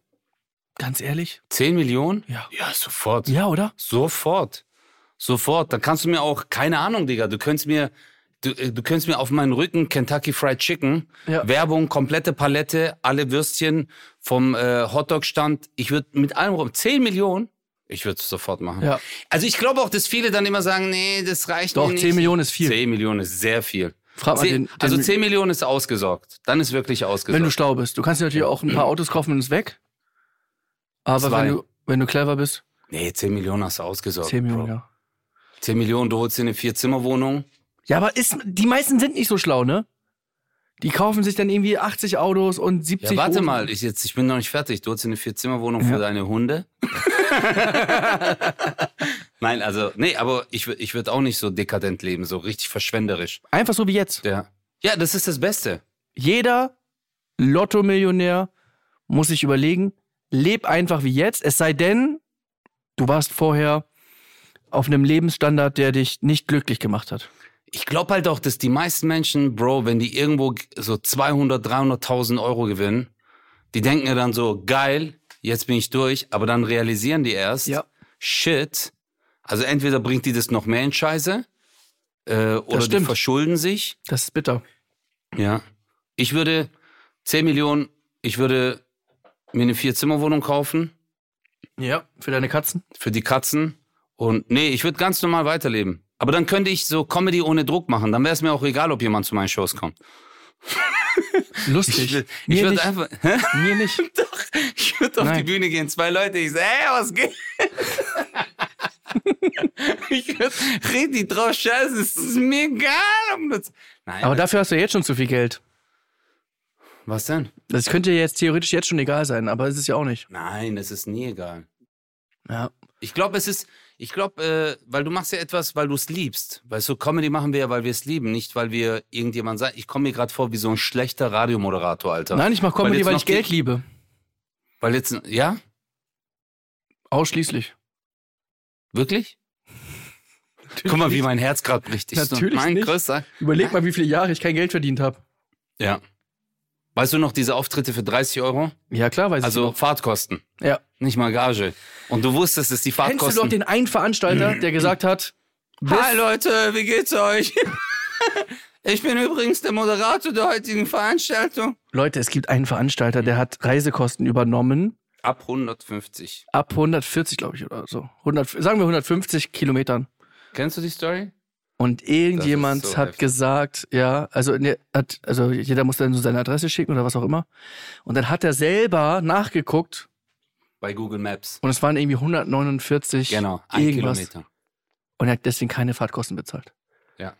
C: Ganz ehrlich?
A: 10 Millionen?
C: Ja.
A: Ja, sofort.
C: Ja, oder?
A: Sofort. Sofort. Dann kannst du mir auch, keine Ahnung, Digga, du könntest mir, du, äh, du könntest mir auf meinen Rücken Kentucky Fried Chicken,
C: Ja.
A: Werbung, komplette Palette, alle Würstchen vom äh, Hotdog-Stand. Ich würde mit allem rum, 10 Millionen? Ich würde es sofort machen.
C: Ja.
A: Also ich glaube auch, dass viele dann immer sagen, nee, das reicht
C: Doch,
A: mir nicht.
C: 10 Millionen ist viel.
A: 10 Millionen ist sehr viel.
C: Frag mal
A: Zehn-
C: den, den
A: also 10 Millionen ist ausgesorgt. Dann ist wirklich ausgesorgt.
C: Wenn du schlau bist. Du kannst dir natürlich auch ein paar Autos kaufen und es weg. Aber
A: Zwei.
C: wenn du, wenn du clever bist,
A: nee, 10 Millionen hast du ausgesorgt.
C: 10 Millionen,
A: Bro.
C: ja.
A: 10 Millionen, du holst dir eine Vier-Zimmer-Wohnung.
C: Ja, aber ist, die meisten sind nicht so schlau, ne? Die kaufen sich dann irgendwie 80 Autos und 70
A: Ja, warte
C: Hosen.
A: mal, ich, jetzt, ich bin noch nicht fertig. Du holst dir eine Vier-Zimmer-Wohnung
C: Ja.
A: für deine Hunde. Nein, also, nee, aber ich, wür- ich würde auch nicht so dekadent leben, so richtig verschwenderisch.
C: Einfach so wie jetzt.
A: Ja. ja, das ist das Beste.
C: Jeder Lotto-Millionär muss sich überlegen, leb einfach wie jetzt. Es sei denn, du warst vorher auf einem Lebensstandard, der dich nicht glücklich gemacht hat.
A: Ich glaube halt auch, dass die meisten Menschen, Bro, wenn die irgendwo g- so 200, 300.000 Euro gewinnen, die denken ja dann so, geil, jetzt bin ich durch, aber dann realisieren die erst,
C: Ja.
A: shit, also entweder bringt die das noch mehr in Scheiße äh, oder die
C: stimmt.
A: verschulden sich.
C: Das ist bitter.
A: Ja. Ich würde 10 Millionen, ich würde mir eine Vier-Zimmer-Wohnung kaufen
C: Ja. Für deine Katzen?
A: für die Katzen. Und nee, ich würde ganz normal weiterleben. Aber dann könnte ich so Comedy ohne Druck machen. Dann wäre es mir auch egal, ob jemand zu meinen Shows kommt.
C: Lustig.
A: Ich, würd- ich
C: Mir
A: würde
C: nicht.
A: einfach. Hä?
C: Mir nicht.
A: Ich würde auf
C: Nein.
A: die Bühne gehen, zwei Leute, ich sage, hey, was geht? ich würde red die drauf scheiße, es ist mir egal. ob das- Nein,
C: Aber dafür hast du jetzt schon zu viel Geld.
A: was denn?
C: Das könnte ja jetzt theoretisch jetzt schon egal sein, aber ist es ja auch nicht.
A: Nein, es ist nie egal.
C: Ja.
A: Ich glaube, es ist, ich glaube, äh, weil du machst ja etwas, weil du es liebst. Weißt du, Comedy machen wir ja, weil wir es lieben, nicht weil wir irgendjemand sagen. Ich komme mir gerade vor wie so ein schlechter Radiomoderator, Alter.
C: Nein, ich mache Comedy,
A: jetzt
C: weil
A: noch
C: ich Geld
A: die-
C: liebe.
A: Weil jetzt, ja,
C: Ausschließlich.
A: wirklich? Guck mal, wie mein Herz gerade bricht. Ich
C: Natürlich
A: so, mein
C: nicht.
A: Größter.
C: Überleg mal, wie viele Jahre ich kein Geld verdient habe.
A: Ja. Weißt du noch diese Auftritte für 30 Euro?
C: Ja, klar, weiß
A: Also
C: ich.
A: Fahrtkosten,
C: noch. Ja.
A: nicht mal Gage. Und du wusstest, dass die
C: Kennst du doch
A: Fahrtkosten.
C: den einen Veranstalter, der gesagt hat,
A: Hi Leute, wie geht's euch? ich bin übrigens der Moderator der heutigen Veranstaltung.
C: Leute, es gibt einen Veranstalter, der hat Reisekosten übernommen
A: Ab 150.
C: ab 140, glaube ich, oder so. 100, sagen wir 150 Kilometern.
A: Kennst du die Story?
C: Und irgendjemand
A: so
C: hat
A: heftig.
C: gesagt, ja, also, in der- hat, also jeder muss dann so seine Adresse schicken oder was auch immer. Und dann hat er selber nachgeguckt
A: Bei Google Maps.
C: und es waren irgendwie 149
A: Genau, ein
C: irgendwas.
A: Kilometer.
C: und er hat deswegen keine Fahrtkosten bezahlt.
A: Ja.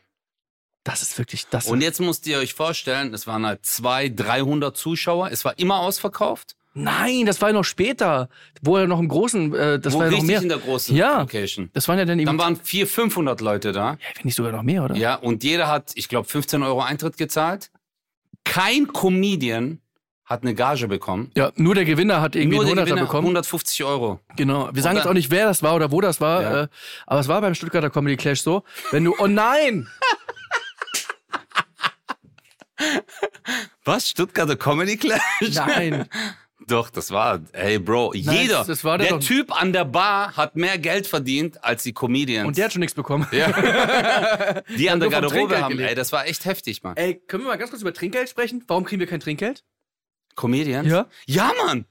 C: Das ist wirklich das.
A: Und jetzt müsst ihr euch vorstellen, es waren halt 200, 300 Zuschauer. Es war immer ausverkauft.
C: Nein, das war ja noch später, wo er noch im großen, äh, das
A: Wo
C: war ja noch
A: richtig
C: mehr.
A: in der großen
C: Ja.
A: Location.
C: Das waren ja dann eben,
A: Dann waren 400, 500 Leute da.
C: ja, wenn nicht sogar noch mehr, oder?
A: Ja, und jeder hat, ich glaube, 15 Euro Eintritt gezahlt. Kein Comedian hat eine Gage bekommen.
C: Ja, nur der Gewinner hat irgendwie
A: Nur
C: einen
A: der
C: 100er
A: Gewinner,
C: bekommen.
A: 150 Euro.
C: Genau. Wir
A: Und
C: sagen jetzt
A: dann-
C: auch nicht, wer das war oder wo das war,
A: Ja.
C: äh, aber es war beim Stuttgarter Comedy Clash so, wenn du, oh nein!
A: Was? Stuttgarter Comedy Clash?
C: Nein!
A: Doch, das war, ey Bro, jeder.
C: das war der
A: der
C: doch-
A: Typ an der Bar hat mehr Geld verdient als die Comedians.
C: Und der hat schon nichts bekommen.
A: die an der
C: nur vom
A: Garderobe
C: Trinkgeld
A: haben,
C: gelebt.
A: ey, das war echt heftig, Mann.
C: Ey, können wir mal ganz kurz über Trinkgeld sprechen? Warum kriegen wir kein Trinkgeld?
A: Comedians?
C: Ja.
A: Ja, Mann.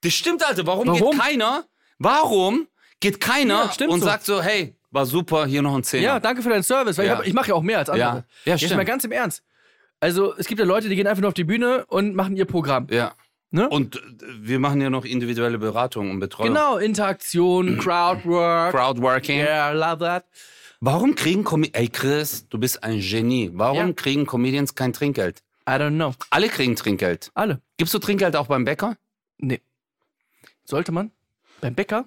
A: Das stimmt, Alter. Warum,
C: Warum?
A: geht keiner? Warum geht keiner
C: Ja, stimmt
A: und
C: so.
A: sagt so, hey, war super, hier noch ein
C: Ja,
A: Zehner.
C: danke für deinen Service, weil
A: Genau. Ja.
C: ich, hab- ich mache ja auch mehr als andere.
A: Ja. Ja,
C: Jetzt
A: stimmt.
C: mal ganz im Ernst. Also, es gibt ja Leute, die gehen einfach nur auf die Bühne und machen ihr Programm.
A: Ja.
C: Ne?
A: Und äh, wir machen ja noch individuelle Beratung und Betreuung.
C: Genau, Interaktion, Crowdwork.
A: Crowdworking.
C: Yeah, love that.
A: Warum kriegen Comedians, ey Chris, du bist ein Genie. Warum
C: Ja.
A: kriegen Comedians kein Trinkgeld?
C: I don't know.
A: Alle kriegen Trinkgeld.
C: Alle.
A: Gibst du Trinkgeld auch beim Bäcker?
C: Nee. Sollte man? Beim Bäcker?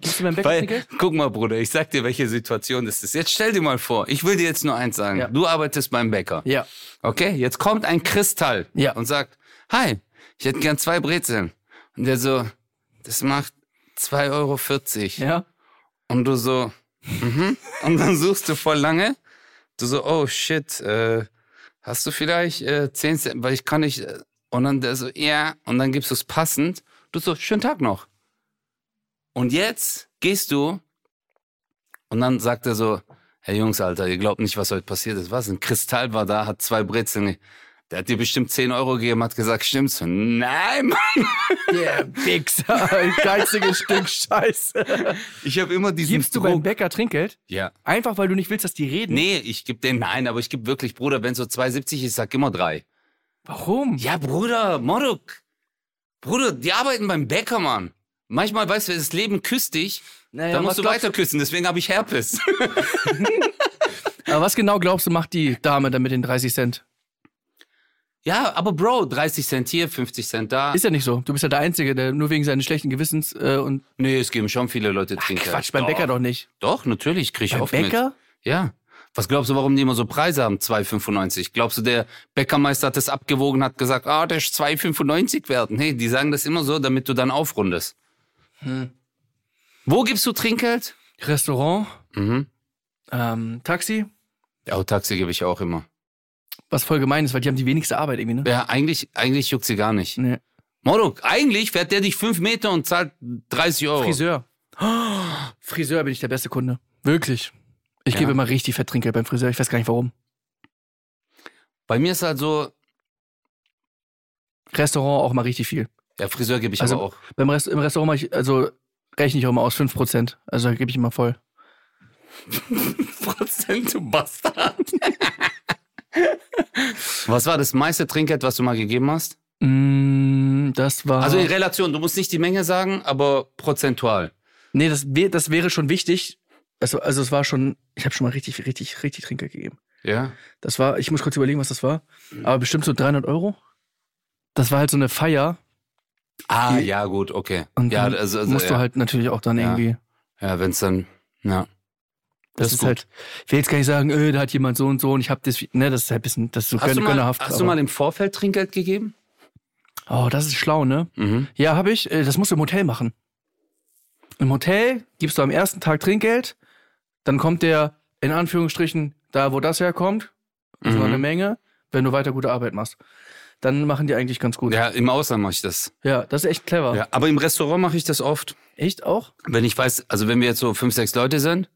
C: Gibst du beim Bäcker
A: Weil,
C: Trinkgeld?
A: guck mal, Bruder, ich sag dir, welche Situation das ist. Jetzt stell dir mal vor, ich will dir jetzt nur eins sagen.
C: Ja.
A: Du arbeitest beim Bäcker.
C: Ja.
A: Okay, jetzt kommt ein Kristall
C: Ja.
A: und sagt, hi, ich hätte gern zwei Brezeln. Und der so, das macht 2,40 Euro.
C: Ja.
A: Und du so, mhm. und dann suchst du voll lange. Du so, oh shit, äh, hast du vielleicht äh, 10 Cent, weil ich kann nicht. äh, Und dann der so, ja, und dann gibst du es passend. Du so, schönen Tag noch. Und jetzt gehst du und dann sagt er so, hey Jungs, Alter, ihr glaubt nicht, was heute passiert ist. Was? Ein Kristall war da, hat zwei Brezeln. ge- Der hat dir bestimmt 10 Euro gegeben, hat gesagt, stimmt's? Nein, Mann.
C: Yeah, Wichser. Geiziges Stück Scheiße.
A: Ich habe immer diesen
C: Gibst du beim Bäcker Trinkgeld?
A: Ja.
C: Einfach, weil du nicht willst, dass die reden.
A: Nee, ich gebe den nein, aber ich gebe wirklich, Bruder, wenn so 2,70 ist, sag immer drei.
C: Warum?
A: Ja, Bruder, Moruk. Bruder, die arbeiten beim Bäcker, Mann. Manchmal, weißt du, das Leben küsst dich,
C: Naja,
A: dann
C: was
A: musst du
C: glaubst-
A: weiter küssen, deswegen habe ich Herpes.
C: Aber was genau glaubst du, macht die Dame dann mit den 30 Cent?
A: ja, aber Bro, 30 Cent hier, 50 Cent da.
C: Ist ja nicht so. Du bist ja der Einzige, der nur wegen seines schlechten Gewissens äh, und.
A: nee, es geben schon viele Leute Trinkgeld.
C: Quatsch, beim Bäcker doch nicht.
A: Doch, natürlich, krieg ich
C: Beim
A: oft
C: Bäcker?
A: mit. Ja. Was glaubst du, warum die immer so Preise haben, 2,95? Glaubst du, der Bäckermeister hat das abgewogen, hat gesagt, ah, der ist 2,95 wert? Nee, die sagen das immer so, damit du dann aufrundest. Wo gibst du Trinkgeld?
C: Restaurant,
A: Mhm.
C: ähm, Taxi,
A: Ja, Taxi gebe ich auch immer.
C: was voll gemein ist, weil die haben die wenigste Arbeit irgendwie, ne?
A: Ja, eigentlich, eigentlich juckt sie gar nicht.
C: Nee.
A: Moruk, eigentlich fährt der dich fünf Meter und zahlt 30 Euro.
C: Friseur. Oh, Friseur bin ich der beste Kunde. Wirklich. Ich
A: Ja.
C: gebe immer richtig fett Trinkgeld beim Friseur. Ich weiß gar nicht warum.
A: Bei mir ist halt so,
C: Restaurant auch mal richtig viel.
A: ja, Friseur gebe ich
C: Also-
A: aber auch.
C: Beim Rest, Im Restaurant mache ich, also rechne ich auch mal aus 5%. Also da gebe ich immer voll.
A: Prozent, du Bastard. was war das meiste Trinkgeld, was du mal gegeben hast?
C: Mm, das war.
A: Also in Relation, du musst nicht die Menge sagen, aber prozentual.
C: nee, das, wär- das wäre schon wichtig. Also, also es war schon, ich habe schon mal richtig, richtig, richtig Trinkgeld gegeben.
A: Ja.
C: Das war, ich muss kurz überlegen, was das war.
A: Mhm.
C: Aber bestimmt so 300 Euro. Das war halt so eine Feier.
A: Ah, ja, gut, okay.
C: Und
A: ja,
C: dann
A: also, also
C: musst
A: ja.
C: du halt natürlich auch dann
A: Ja.
C: irgendwie.
A: ja, wenn's dann, ja. Das
C: Das, ist
A: ist gut.
C: halt, ich will jetzt gar nicht sagen, äh, da hat jemand so und so und ich habe das, ne, das ist halt ein bisschen, das ist so
A: Hast, du
C: gönn-
A: mal,
C: gönnerhaft.
A: hast du
C: aber-
A: mal im Vorfeld Trinkgeld gegeben?
C: oh, das ist schlau, ne?
A: Mhm.
C: Ja, habe ich, äh, das musst du im Hotel machen. Im Hotel gibst du am ersten Tag Trinkgeld, dann kommt der, in Anführungsstrichen, da wo das herkommt, das war
A: Mhm.
C: eine Menge, wenn du weiter gute Arbeit machst. Dann machen die eigentlich ganz gut.
A: Ja, im Ausland mache ich das.
C: Ja, das ist echt clever.
A: Ja, aber im Restaurant mache ich das oft.
C: Echt auch?
A: Wenn ich weiß, also wenn wir jetzt so fünf, sechs Leute sind,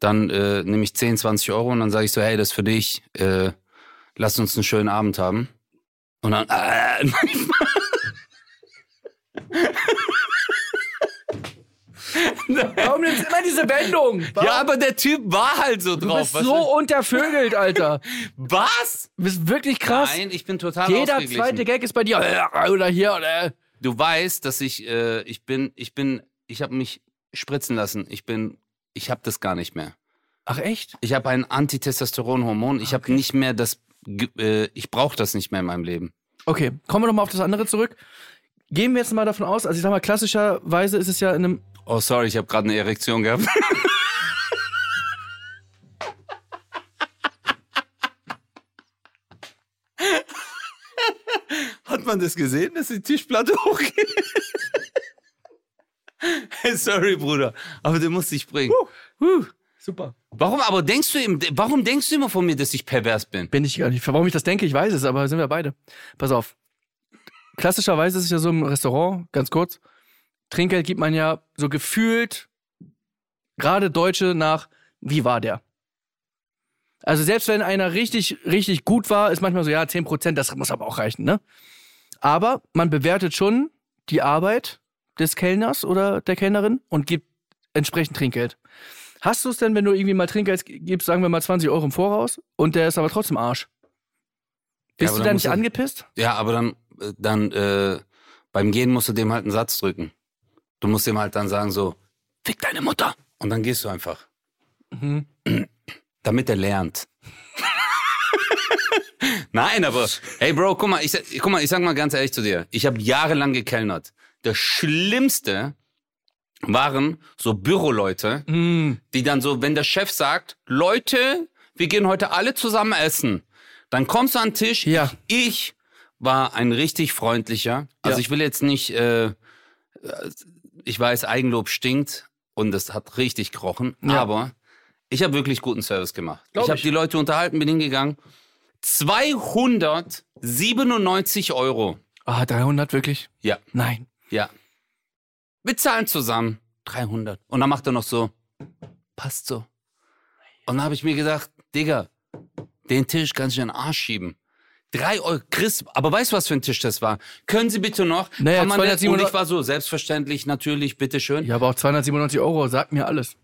A: dann äh, nehme ich 10, 20 Euro und dann sage ich so, hey, das ist für dich, äh, lass uns einen schönen Abend haben. Und dann, äh,
C: Warum nimmst du immer diese Wendung? Warum?
A: Ja, aber der Typ war halt so
C: du
A: drauf.
C: bist
A: was
C: so untervögelt, Alter.
A: ist- was?
C: Du bist wirklich krass.
A: Nein, ich bin total
C: Jeder
A: ausgeglichen.
C: zweite Gag ist bei dir. äh, Oder hier, oder.
A: Du weißt, dass ich, äh, ich bin, ich bin, ich habe mich spritzen lassen. Ich bin, ich habe das gar nicht mehr.
C: Ach, echt?
A: Ich habe ein Antitestosteronhormon. Ich habe nicht mehr das, Ge- äh, ich brauche das nicht mehr in meinem Leben.
C: Okay, kommen wir nochmal auf das andere zurück. Gehen wir jetzt mal davon aus, also ich sag mal, klassischerweise ist es ja in einem.
A: Oh, sorry, ich habe gerade eine Erektion gehabt. Hat man das gesehen, dass die Tischplatte hochgeht? Hey, sorry, Bruder, aber du musst dich bringen.
C: Super.
A: Warum aber denkst du, im- warum denkst du immer von mir, dass ich pervers bin?
C: Bin ich gar nicht. Warum ich das denke, ich weiß es, aber sind wir beide. Pass auf. Klassischerweise ist es ja so im Restaurant, ganz kurz. Trinkgeld gibt man ja so gefühlt, gerade Deutsche, nach, wie war der? Also selbst wenn einer richtig, richtig gut war, ist manchmal so, ja, 10%, das muss aber auch reichen, ne? Aber man bewertet schon die Arbeit des Kellners oder der Kellnerin und gibt entsprechend Trinkgeld. Hast du es denn, wenn du irgendwie mal Trinkgeld gibst, sagen wir mal 20 Euro im Voraus und der ist aber trotzdem Arsch?
A: Ja,
C: Bist
A: aber
C: du
A: dann
C: da
A: musst
C: nicht
A: du-
C: angepisst?
A: Ja, aber dann, äh, dann äh, beim Gehen musst du dem halt einen Satz drücken. Du musst dem halt dann sagen so, fick deine Mutter. Und dann gehst du einfach.
C: Mhm.
A: Damit er lernt. Nein, aber hey Bro, guck mal, ich, sa- guck mal, ich sag mal ganz ehrlich zu dir. Ich habe jahrelang gekellnert. Das Schlimmste waren so Büroleute, die dann so, wenn der Chef sagt, Leute, wir gehen heute alle zusammen essen, dann kommst du an den Tisch.
C: Ja.
A: Ich, ich war ein richtig freundlicher. Also
C: Ja.
A: ich will jetzt nicht, äh, ich weiß, Eigenlob stinkt und das hat richtig gerochen,
C: Ja.
A: aber ich habe wirklich guten Service gemacht.
C: Glaub
A: ich habe
C: ich.
A: die Leute unterhalten, bin hingegangen. 297 Euro.
C: Ah, 300 wirklich?
A: Ja.
C: Nein.
A: Ja. Wir zahlen zusammen 300. Und dann macht er noch so, passt so. Und dann habe ich mir gedacht, Digga, den Tisch kannst du in den Arsch schieben. Drei Euro, Chris, aber weißt du, was für ein Tisch das war? Können Sie bitte noch?
C: Naja,
A: Kann man das? Und
C: 297
A: ich war so, selbstverständlich, natürlich, bitteschön.
C: Ja, aber auch 297 Euro, sagt mir alles.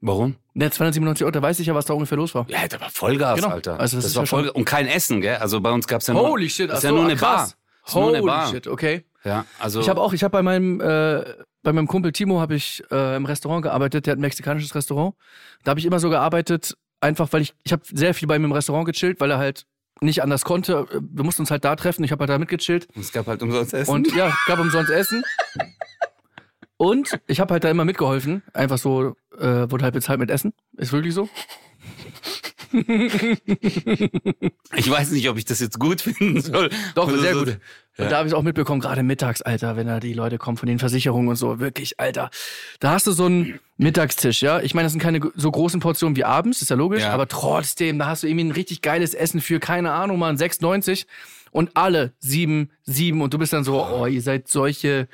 A: Warum?
C: Ne, 297 Euro, da weiß ich ja, was da ungefähr los war.
A: Ja, hätte aber Vollgas,
C: Genau.
A: Alter.
C: Also das ist
A: war
C: ja schon-
A: Vollgas. Und kein Essen, gell? Also bei uns gab's ja nur.
C: Holy shit,
A: ist
C: ach
A: ja
C: so,
A: nur
C: ah,
A: eine
C: krass.
A: Ist nur eine
C: Holy
A: Bar.
C: shit, okay.
A: Ja, also.
C: Ich habe auch, ich habe bei meinem, äh, bei meinem Kumpel Timo habe ich äh, im Restaurant gearbeitet. Der hat ein mexikanisches Restaurant. Da habe ich immer so gearbeitet, einfach weil ich, ich habe sehr viel bei ihm im Restaurant gechillt, weil er halt nicht anders konnte. Wir mussten uns halt da treffen. Ich habe halt da mitgechillt.
A: es gab halt umsonst Essen.
C: Und ja, gab umsonst Essen. Und ich habe halt da immer mitgeholfen. Einfach so, äh, wurde halt bezahlt mit Essen. Ist wirklich so.
A: ich weiß nicht, ob ich das jetzt gut finden soll.
C: Doch,
A: Also
C: sehr
A: so-
C: gut. Und
A: Ja.
C: da habe ich auch mitbekommen, gerade mittags, Alter, wenn da die Leute kommen von den Versicherungen und so, wirklich, Alter. Da hast du so einen Mittagstisch, ja. Ich meine, das sind keine so großen Portionen wie abends, ist ja logisch,
A: Ja.
C: aber trotzdem, da hast du irgendwie ein richtig geiles Essen für, keine Ahnung, mal 6,90 und alle sieben, sieben und du bist dann so, oh, ihr seid solche.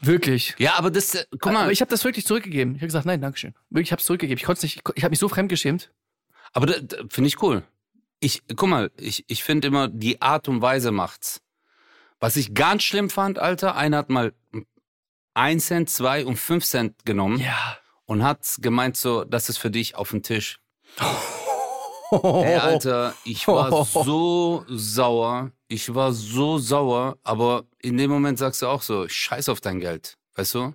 C: Wirklich.
A: Ja, aber das, äh, guck mal,
C: Aber ich habe das wirklich zurückgegeben. Ich habe gesagt, nein, Dankeschön. Wirklich, ich habe es zurückgegeben. Ich konnte nicht, ich habe mich so fremdgeschämt.
A: Aber da- da- finde ich cool. Ich, guck mal, ich, ich finde immer, die Art und Weise macht's. Was ich ganz schlimm fand, Alter, einer hat mal 1 Cent, 2 und 5 Cent genommen
C: Ja.
A: und hat gemeint so, das ist für dich auf den Tisch.
C: Oh,
A: Ey, Alter, ich war so sauer. Ich war so sauer, aber in dem Moment sagst du auch so, scheiß auf dein Geld, weißt du?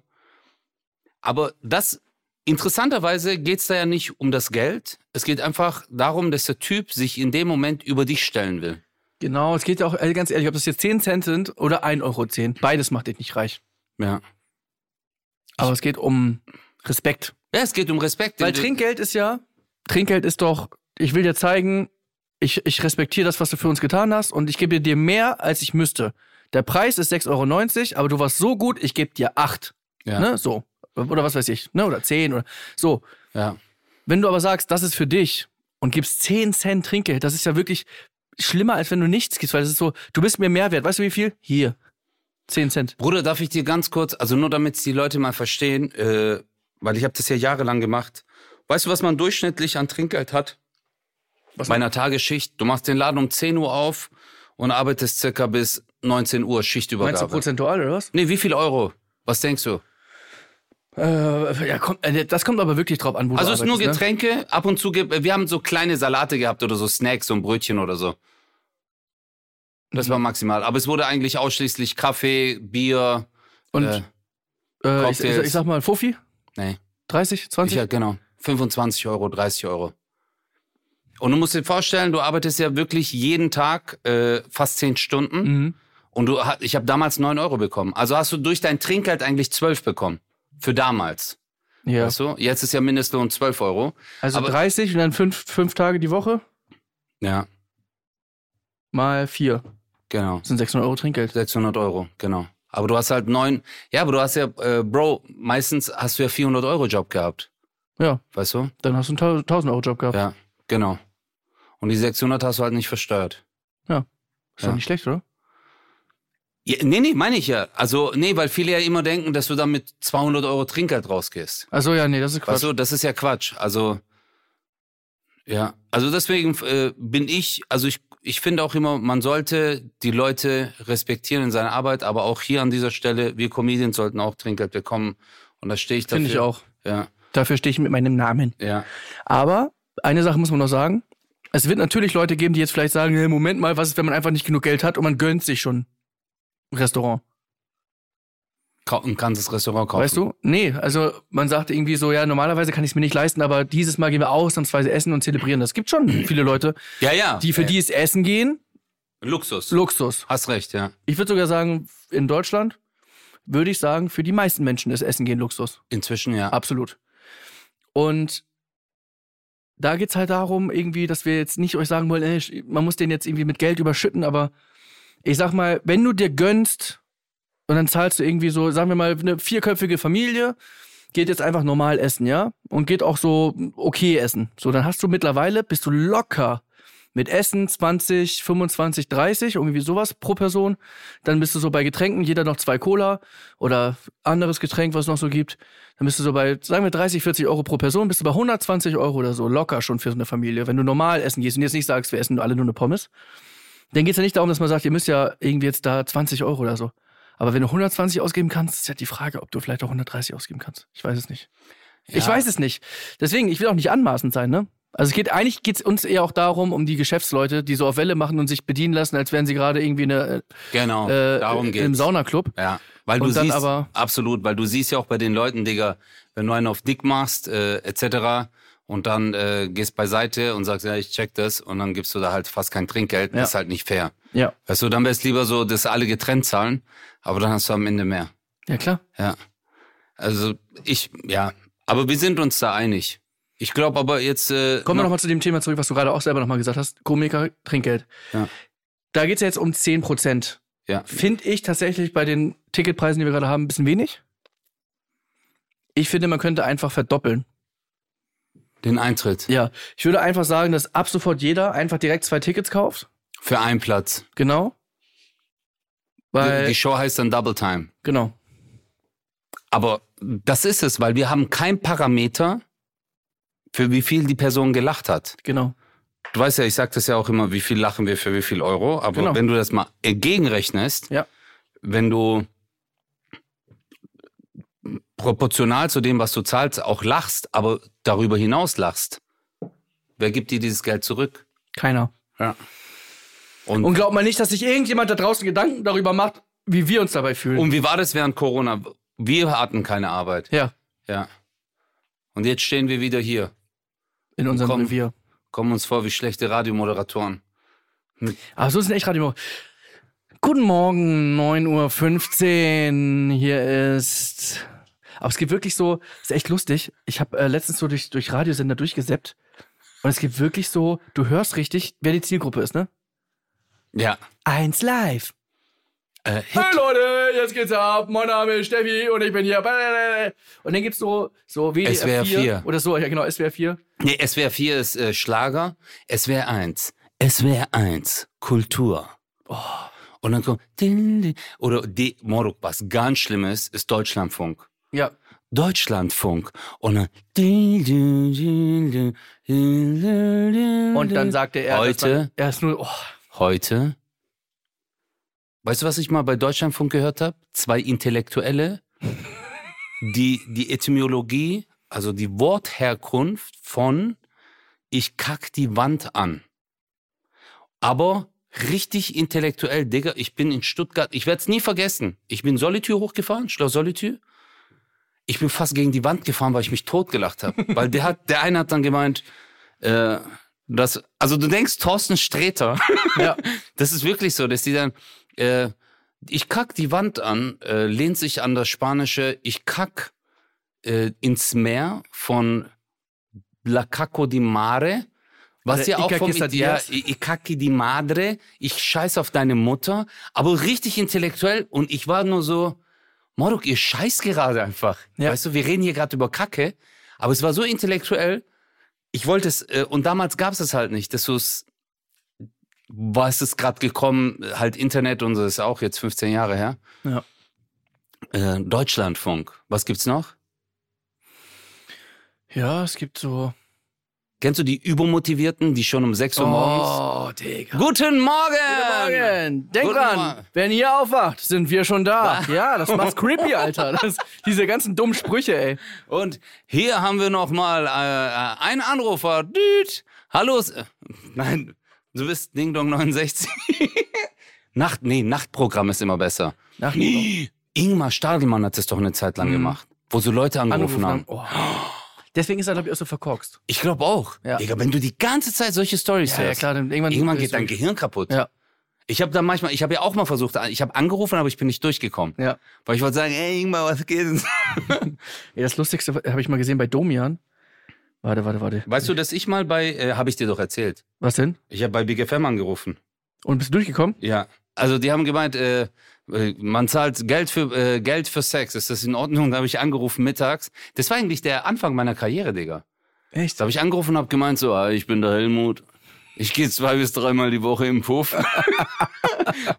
A: Aber das, interessanterweise geht's da ja nicht um das Geld. Es geht einfach darum, dass der Typ sich in dem Moment über dich stellen will.
C: Genau, es geht ja auch, also ganz ehrlich, ob das jetzt 10 Cent sind oder 1,10 Euro, beides macht dich nicht reich.
A: Ja.
C: Aber es geht um Respekt.
A: Ja, es geht um Respekt.
C: Weil
A: den du-
C: Trinkgeld ist ja, Trinkgeld ist doch, ich will dir zeigen, ich, ich respektiere das, was du für uns getan hast und ich gebe dir mehr, als ich müsste. Der Preis ist 6,90 Euro, aber du warst so gut, ich gebe dir 8.
A: Ja.
C: Ne? So. Oder was weiß ich, ne? oder 10 oder so.
A: Ja.
C: Wenn du aber sagst, das ist für dich und gibst 10 Cent Trinkgeld, das ist ja wirklich schlimmer, als wenn du nichts gibst, weil das ist so, du bist mir mehr wert. Weißt du, wie viel? Hier. 10 Cent.
A: Bruder, darf ich dir ganz kurz, also nur damit die Leute mal verstehen, äh, weil ich habe das ja jahrelang gemacht. Weißt du, was man durchschnittlich an Trinkgeld hat? Bei einer Tagesschicht. Du machst den Laden um 10 Uhr auf und arbeitest circa bis 19 Uhr Schichtübergabe.
C: Meinst du prozentual oder was?
A: Nee, wie viel Euro? Was denkst du?
C: Äh, ja, kommt, äh, das kommt aber wirklich drauf an, wo
A: Also
C: du
A: es ist nur
C: arbeitest,
A: Getränke, ab und zu gibt, wir haben so kleine Salate gehabt oder so Snacks, so ein Brötchen oder so. Das war maximal. Aber es wurde eigentlich ausschließlich Kaffee, Bier. äh,
C: Ne? Und äh, ich, ich,
A: Cocktails.
C: ich sag mal, Fofi?
A: Nee.
C: 30,
A: ich,
C: 20?
A: ja, genau. 25 Euro, 30 Euro. Und du musst dir vorstellen, du arbeitest ja wirklich jeden Tag äh, fast 10 Stunden.
C: mhm.
A: Und du, ha- ich habe damals 9 Euro bekommen. Also hast du durch dein Trinkgeld eigentlich 12 bekommen. Für damals.
C: ja.
A: Weißt du? Jetzt ist ja Mindestlohn 12 Euro.
C: Also
A: aber-
C: 30 und dann fünf, fünf Tage die Woche
A: Ja,
C: mal vier.
A: genau.
C: Das sind 600 Euro Trinkgeld.
A: 600 Euro, genau. Aber du hast halt neun. Ja, aber du hast ja, äh, Bro, meistens hast du ja 400 Euro Job gehabt.
C: Ja,
A: Weißt du?
C: dann hast du einen 1000 Euro Job gehabt.
A: Ja, genau. Und die 600 hast du halt nicht versteuert.
C: Ist doch
A: Ja.
C: nicht schlecht, oder?
A: Ja, nee, nee, meine ich ja. Also, nee, weil viele ja immer denken, dass du dann mit 200 Euro Trinkgeld rausgehst.
C: Also ja, nee, das ist Quatsch.
A: Weißt du, das ist ja Quatsch. Also, ja. Also deswegen äh, bin ich, also ich, ich finde auch immer, man sollte die Leute respektieren in seiner Arbeit, aber auch hier an dieser Stelle, wir Comedians sollten auch Trinkgeld bekommen. Und da stehe ich dafür.
C: Finde ich auch.
A: Ja,
C: Dafür stehe ich mit meinem Namen.
A: ja.
C: Aber eine Sache muss man noch sagen. Es wird natürlich Leute geben, die jetzt vielleicht sagen, "Nee, Moment mal, was ist, wenn man einfach nicht genug Geld hat und man gönnt sich schon ein Restaurant?
A: Kau- Ein ganzes Restaurant kaufen.
C: Weißt du? Nee, also man sagt irgendwie so, ja, normalerweise kann ich es mir nicht leisten, aber dieses Mal gehen wir ausnahmsweise essen und zelebrieren. Das gibt schon viele Leute,
A: Ja, ja.
C: die für
A: Äh,
C: die es essen gehen,
A: Luxus.
C: Luxus.
A: Hast recht, ja.
C: Ich würde sogar sagen, in Deutschland würde ich sagen, für die meisten Menschen ist Essen gehen Luxus.
A: Inzwischen, ja.
C: Absolut. Und da geht's halt darum, irgendwie, dass wir jetzt nicht euch sagen wollen, ey, sch- man muss den jetzt irgendwie mit Geld überschütten, aber ich sag mal, wenn du dir gönnst und dann zahlst du irgendwie so, sagen wir mal, eine vierköpfige Familie, geht jetzt einfach normal essen, ja? Und geht auch so okay essen. So, dann hast du mittlerweile, bist du locker mit Essen 20, 25, 30, irgendwie sowas pro Person. Dann bist du so bei Getränken, jeder noch zwei Cola oder anderes Getränk, was es noch so gibt. Dann bist du so bei, sagen wir 30, 40 Euro pro Person, bist du bei 120 Euro oder so, locker schon für so eine Familie. Wenn du normal essen gehst und jetzt nicht sagst, wir essen alle nur eine Pommes, dann geht's ja nicht darum, dass man sagt, ihr müsst ja irgendwie jetzt da 20 Euro oder so. Aber wenn du 120 ausgeben kannst, ist ja die Frage, ob du vielleicht auch 130 ausgeben kannst. Ich weiß es nicht.
A: ja.
C: Ich weiß es nicht. Deswegen, ich will auch nicht anmaßend sein, ne? Also es geht eigentlich geht's uns eher auch darum, um die Geschäftsleute, die so auf Welle machen und sich bedienen lassen, als wären sie gerade irgendwie eine,
A: Genau.
C: äh,
A: Darum geht's.
C: im Saunaclub.
A: Ja, weil
C: Und
A: du
C: dann
A: siehst,
C: aber-
A: absolut, weil du siehst ja auch bei den Leuten, Digga, wenn du einen auf dick machst, äh, etc. und dann äh, gehst beiseite und sagst, ja, ich check das und dann gibst du da halt fast kein Trinkgeld,
C: Ja.
A: ist halt nicht fair.
C: Ja.
A: Weißt du, dann wär's lieber so, dass alle getrennt zahlen, aber dann hast du am Ende mehr.
C: Ja klar.
A: Ja. Also ich, ja, aber wir sind uns da einig. Ich glaube aber jetzt. Äh,
C: Kommen wir nochmal zu dem Thema zurück, was du gerade auch selber nochmal gesagt hast. Komiker, Trinkgeld.
A: Ja.
C: Da geht es ja jetzt um 10 Prozent.
A: Ja.
C: Finde ich tatsächlich bei den Ticketpreisen, die wir gerade haben, ein bisschen wenig. Ich finde, man könnte einfach verdoppeln.
A: Den Eintritt.
C: Ja. Ich würde einfach sagen, dass ab sofort jeder einfach direkt zwei Tickets kauft.
A: Für einen Platz.
C: Genau. Weil,
A: Die Show heißt dann Double Time.
C: genau.
A: Aber das ist es, weil wir haben keinen Parameter, für wie viel die Person gelacht hat.
C: Genau.
A: Du weißt ja, ich sage das ja auch immer, wie viel lachen wir für wie viel Euro. Aber
C: Genau.
A: wenn du das mal gegenrechnest,
C: Ja.
A: wenn du proportional zu dem, was du zahlst, auch lachst, aber darüber hinaus lachst, wer gibt dir dieses Geld zurück?
C: Keiner.
A: Und,
C: Und
A: und,
C: glaubt mal nicht, dass sich irgendjemand da draußen Gedanken darüber macht, wie wir uns dabei fühlen.
A: wie war das während Corona? Wir hatten keine Arbeit.
C: ja,
A: Ja. Und jetzt stehen wir wieder hier,
C: in unserem
A: Komm.
C: Revier.
A: kommen uns vor wie schlechte Radiomoderatoren.
C: Ach, so ist ein echt Radio. Guten Morgen, 9.15 Uhr. Hier ist. Aber es gibt wirklich so, ist echt lustig. Ich habe äh, letztens so durch, durch Radiosender durchgesäppt. Und es gibt wirklich so, du hörst richtig, wer die Zielgruppe ist, ne?
A: Ja. äh,
C: Eins live. Hey Leute, jetzt geht's ab. Mein Name ist Steffi und ich bin hier. Und dann gibt's so, so WDR
A: SWR
C: 4
A: 4.
C: oder so, ja genau, SWR 4.
A: Nee, SWR 4 ist äh, Schlager, SWR 1, SWR 1, Kultur. Oh. Und dann kommt, din, din, oder die, Moruk, was ganz Schlimmes ist Deutschlandfunk.
C: Ja.
A: Deutschlandfunk. Und dann, din, din, din, din, din, din, din,
C: Und dann
A: din.
C: sagte er, dass
A: Mhm. Heute?
C: man- er ist nur, oh,
A: Heute, weißt du, was ich mal bei Deutschlandfunk gehört habe? Zwei Intellektuelle die, die Etymologie, also die Wortherkunft von ich kack die Wand an. Aber richtig intellektuell, Digga, ich bin in Stuttgart, ich werde es nie vergessen. Ich bin Solitür hochgefahren, Schloss Solitür. Ich bin fast gegen die Wand gefahren, weil ich mich totgelacht habe. weil der hat, der eine hat dann gemeint, äh, das, also du denkst Thorsten Sträter.
C: Ja.
A: Das ist wirklich so, dass die dann, äh, ich kack die Wand an, äh, lehnt sich an das spanische Ich kack äh, ins Meer von La Caco di Mare. Was
C: Oder
A: ja auch
C: Icaki
A: vom ja,
C: Sadias.
A: I- Icaki di Madre, ich scheiß auf deine Mutter, aber richtig intellektuell und ich war nur so, Moruk, ihr scheißt gerade einfach.
C: Ja.
A: Weißt du, wir reden hier gerade über Kacke, aber es war so intellektuell, ich wollte es, äh, und damals gab es es halt nicht, dass du es, war es ist gerade gekommen, halt Internet und so ist auch jetzt 15 Jahre her.
C: Ja.
A: Äh, Deutschlandfunk, was gibt's noch?
C: Ja, es gibt so.
A: Kennst du die Übermotivierten, die schon um 6 Uhr morgens?
C: Oh, Digga.
A: Guten Morgen!
C: Guten Morgen. Denk
A: Ähm, Guten
C: dran,
A: Morgen.
C: wenn ihr aufwacht, sind wir schon da. Ja, das macht's creepy, Alter. Das, diese ganzen dummen Sprüche, ey.
A: Und hier haben wir nochmal äh, einen Anrufer. Düt. Hallo. s- äh, Nein, du bist Ding Dong 69. Nacht, nee, Nachtprogramm ist immer besser.
C: Nach
A: Ingmar Stadelmann hat es doch eine Zeit lang gemacht, wo so Leute angerufen
C: anrufen
A: haben.
C: Mhm. haben. Oh. Deswegen ist er, glaube ich, auch so verkorkst.
A: Ich glaube auch.
C: Ja.
A: Digga, wenn du die ganze Zeit solche Stories
C: Ja,
A: hörst,
C: ja, klar, dann irgendwann-
A: irgendwann geht dein Gehirn kaputt.
C: Ja.
A: Ich habe dann manchmal, ich habe ja auch mal versucht, ich habe angerufen, aber ich bin nicht durchgekommen.
C: Ja.
A: Weil ich wollte sagen, ey, Ingmar, was geht denn?
C: Ey, das Lustigste habe ich mal gesehen bei Domian. Warte, warte, warte.
A: Weißt du, dass ich mal bei, äh, habe ich dir doch erzählt,
C: Was denn?
A: ich habe bei Big FM angerufen.
C: Und bist du durchgekommen?
A: Ja, also die haben gemeint, äh, äh, man zahlt Geld für äh, Geld für Sex. Ist das in Ordnung? Da habe ich angerufen mittags. Das war eigentlich der Anfang meiner Karriere, Digga.
C: Echt?
A: Da habe ich angerufen und habe gemeint so, ah, ich bin der Helmut. Ich gehe zwei bis dreimal die Woche im Puff.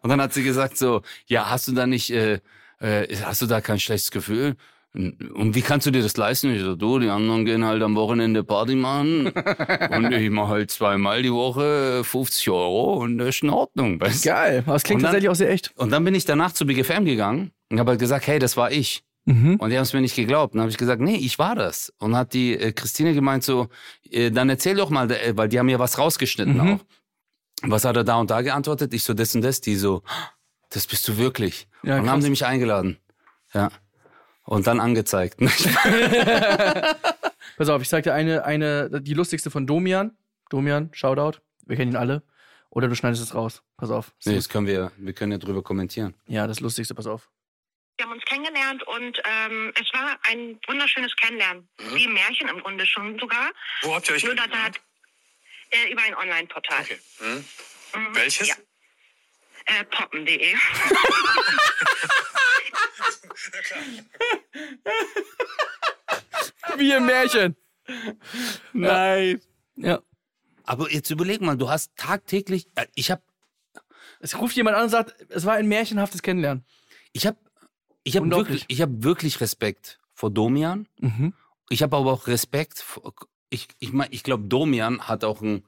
A: und dann hat sie gesagt so, ja, hast du da nicht, äh, äh, hast du da kein schlechtes Gefühl? Und wie kannst du dir das leisten? Ich so, du, die anderen gehen halt am Wochenende Party machen. und ich mache halt zweimal die Woche 50 Euro und das ist in Ordnung. Weißt? du?
C: Geil. Aber es klingt
A: Und dann-
C: tatsächlich auch sehr echt.
A: Und dann bin ich danach zu BGFM gegangen und habe halt gesagt, hey, das war ich.
C: Mhm.
A: Und die haben es mir nicht geglaubt. Und dann habe ich gesagt, nee, ich war das. Und hat die äh, Christine gemeint so, äh, dann erzähl doch mal, äh, weil die haben ja was rausgeschnitten
C: Mhm.
A: auch. Was hat er da und da geantwortet? Ich so, das und das. Die so, das bist du wirklich.
C: Ja,
A: und dann
C: krass.
A: haben sie mich eingeladen. Ja. Und dann angezeigt.
C: Pass auf, ich sag dir eine, eine, die lustigste von Domian. Domian, Shoutout. Wir kennen ihn alle. Oder du schneidest es raus. Pass auf.
A: nee, das können wir, wir können ja drüber kommentieren.
C: Ja, das Lustigste, pass auf.
E: Wir haben uns kennengelernt und ähm, es war ein wunderschönes Kennenlernen. Wie ein Märchen im Grunde schon sogar.
F: Wo habt ihr euch
E: Nur dass er hat
F: kennengelernt?
E: äh, über ein Online-Portal.
F: Okay. Hm? Welches?
E: Mhm. Ja. Äh, poppen.de.
C: Wie im Märchen.
A: Nein.
C: Ja.
A: Aber jetzt überleg mal, du hast tagtäglich, äh, ich habe
C: Es ruft jemand an und sagt, es war ein märchenhaftes Kennenlernen.
A: Ich habe ich hab
C: Unglaublich.
A: wirklich, ich hab wirklich Respekt vor Domian.
C: Mhm.
A: Ich habe aber auch Respekt vor, ich, ich, mein, ich glaube, Domian hat auch ein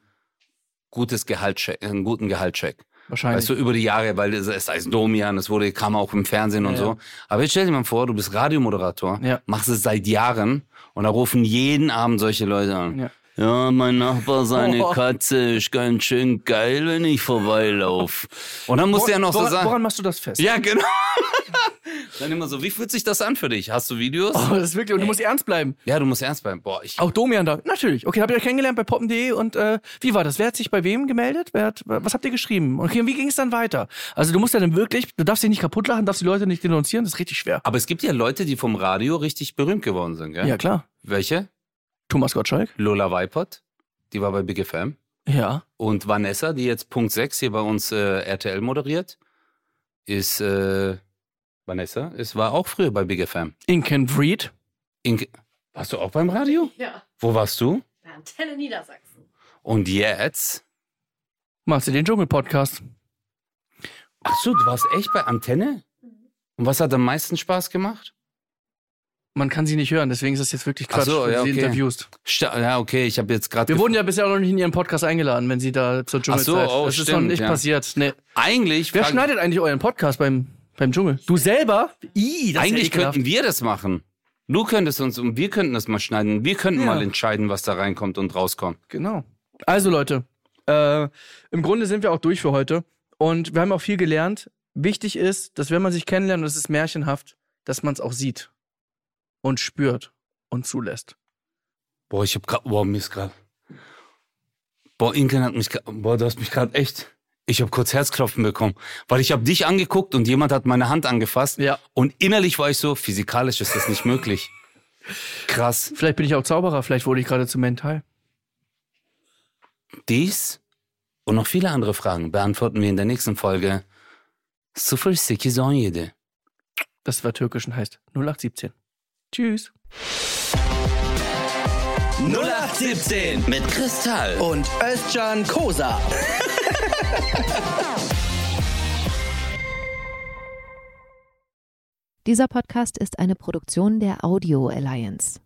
A: gutes Gehaltscheck, einen guten Gehaltscheck.
C: Wahrscheinlich.
A: Weißt du, über die Jahre, weil es, es heißt Domian, es wurde, kam auch im Fernsehen und
C: Ja, ja.
A: so. Aber jetzt stell dir mal vor, du bist Radiomoderator,
C: Ja.
A: machst es seit Jahren und da rufen jeden Abend solche Leute an.
C: Ja.
A: Ja, mein Nachbar, seine
C: Oh.
A: Katze ist ganz schön geil, wenn ich vorbeilaufe. Und dann musst du ja noch so
C: woran,
A: sagen.
C: Woran machst du das fest?
A: Ja, genau. Dann immer so, wie fühlt sich das an für dich? Hast du Videos?
C: Oh, das ist wirklich, und du musst ernst bleiben.
A: Ja, du musst ernst bleiben. Boah, ich.
C: Auch Domian da. Natürlich. Okay, habt ihr euch kennengelernt bei poppen.de und äh, wie war das? Wer hat sich bei wem gemeldet? Wer hat, was habt ihr geschrieben? Okay, und wie ging es dann weiter? Also du musst ja dann wirklich, du darfst dich nicht kaputt lachen, darfst die Leute nicht denunzieren, das ist richtig schwer.
A: Aber es gibt ja Leute, die vom Radio richtig berühmt geworden sind, gell?
C: Ja, klar.
A: Welche?
C: Thomas Gottschalk?
A: Lola Weipert, die war bei Big FM.
C: Ja.
A: Und Vanessa, die jetzt Punkt 6 hier bei uns äh, RTL moderiert, ist äh, Vanessa, es war auch früher bei Big FM.
C: Inken Fried?
A: Inke, warst du auch beim Radio?
D: Ja,
A: Wo warst du?
D: bei Antenne Niedersachsen.
A: Und jetzt?
C: Machst du den Dschungel-Podcast?
A: Ach so, du warst echt bei Antenne? Und was hat am meisten Spaß gemacht?
C: Man kann sie nicht hören, deswegen ist das jetzt wirklich Quatsch,
A: Ach so,
C: wenn
A: ja,
C: du
A: okay.
C: sie interviewst.
A: Sta ja, okay, ich habe jetzt gerade
C: Wir wurden ja bisher auch noch nicht in ihren Podcast eingeladen, wenn sie da zur Dschungelzeit.
A: Ach so, oh,
C: das ist noch
A: stimmt,
C: nicht
A: ja.
C: passiert. Nee.
A: Eigentlich
C: Wer
A: frage-
C: schneidet eigentlich euren Podcast beim Beim Dschungel. Du selber? Ih, das
A: Eigentlich
C: ist ja ekelhaft.
A: könnten wir das machen. Du könntest uns und wir könnten das mal schneiden. Wir könnten
C: Ja.
A: mal entscheiden, was da reinkommt und rauskommt.
C: Genau. Also Leute, äh, im Grunde sind wir auch durch für heute und wir haben auch viel gelernt. Wichtig ist, dass wenn man sich kennenlernt und es ist märchenhaft, dass man es auch sieht und spürt und zulässt.
A: Boah, ich hab grad, boah, mir ist grad. Boah, Inken hat mich, gra- boah, du hast mich gerade echt. Ich habe kurz Herzklopfen bekommen, weil ich habe dich angeguckt und jemand hat meine Hand angefasst
C: Ja.
A: und innerlich war ich so, physikalisch ist das nicht möglich. Krass.
C: Vielleicht bin ich auch Zauberer, vielleicht wurde ich gerade zu mental.
A: Dies und noch viele andere Fragen beantworten wir in der nächsten Folge. 017.
C: Das war türkisch und heißt 0817. Tschüss.
B: 0817
G: Mit Kristall.
B: und Özcan Kosa.
H: Dieser Podcast ist eine Produktion der Audio Alliance.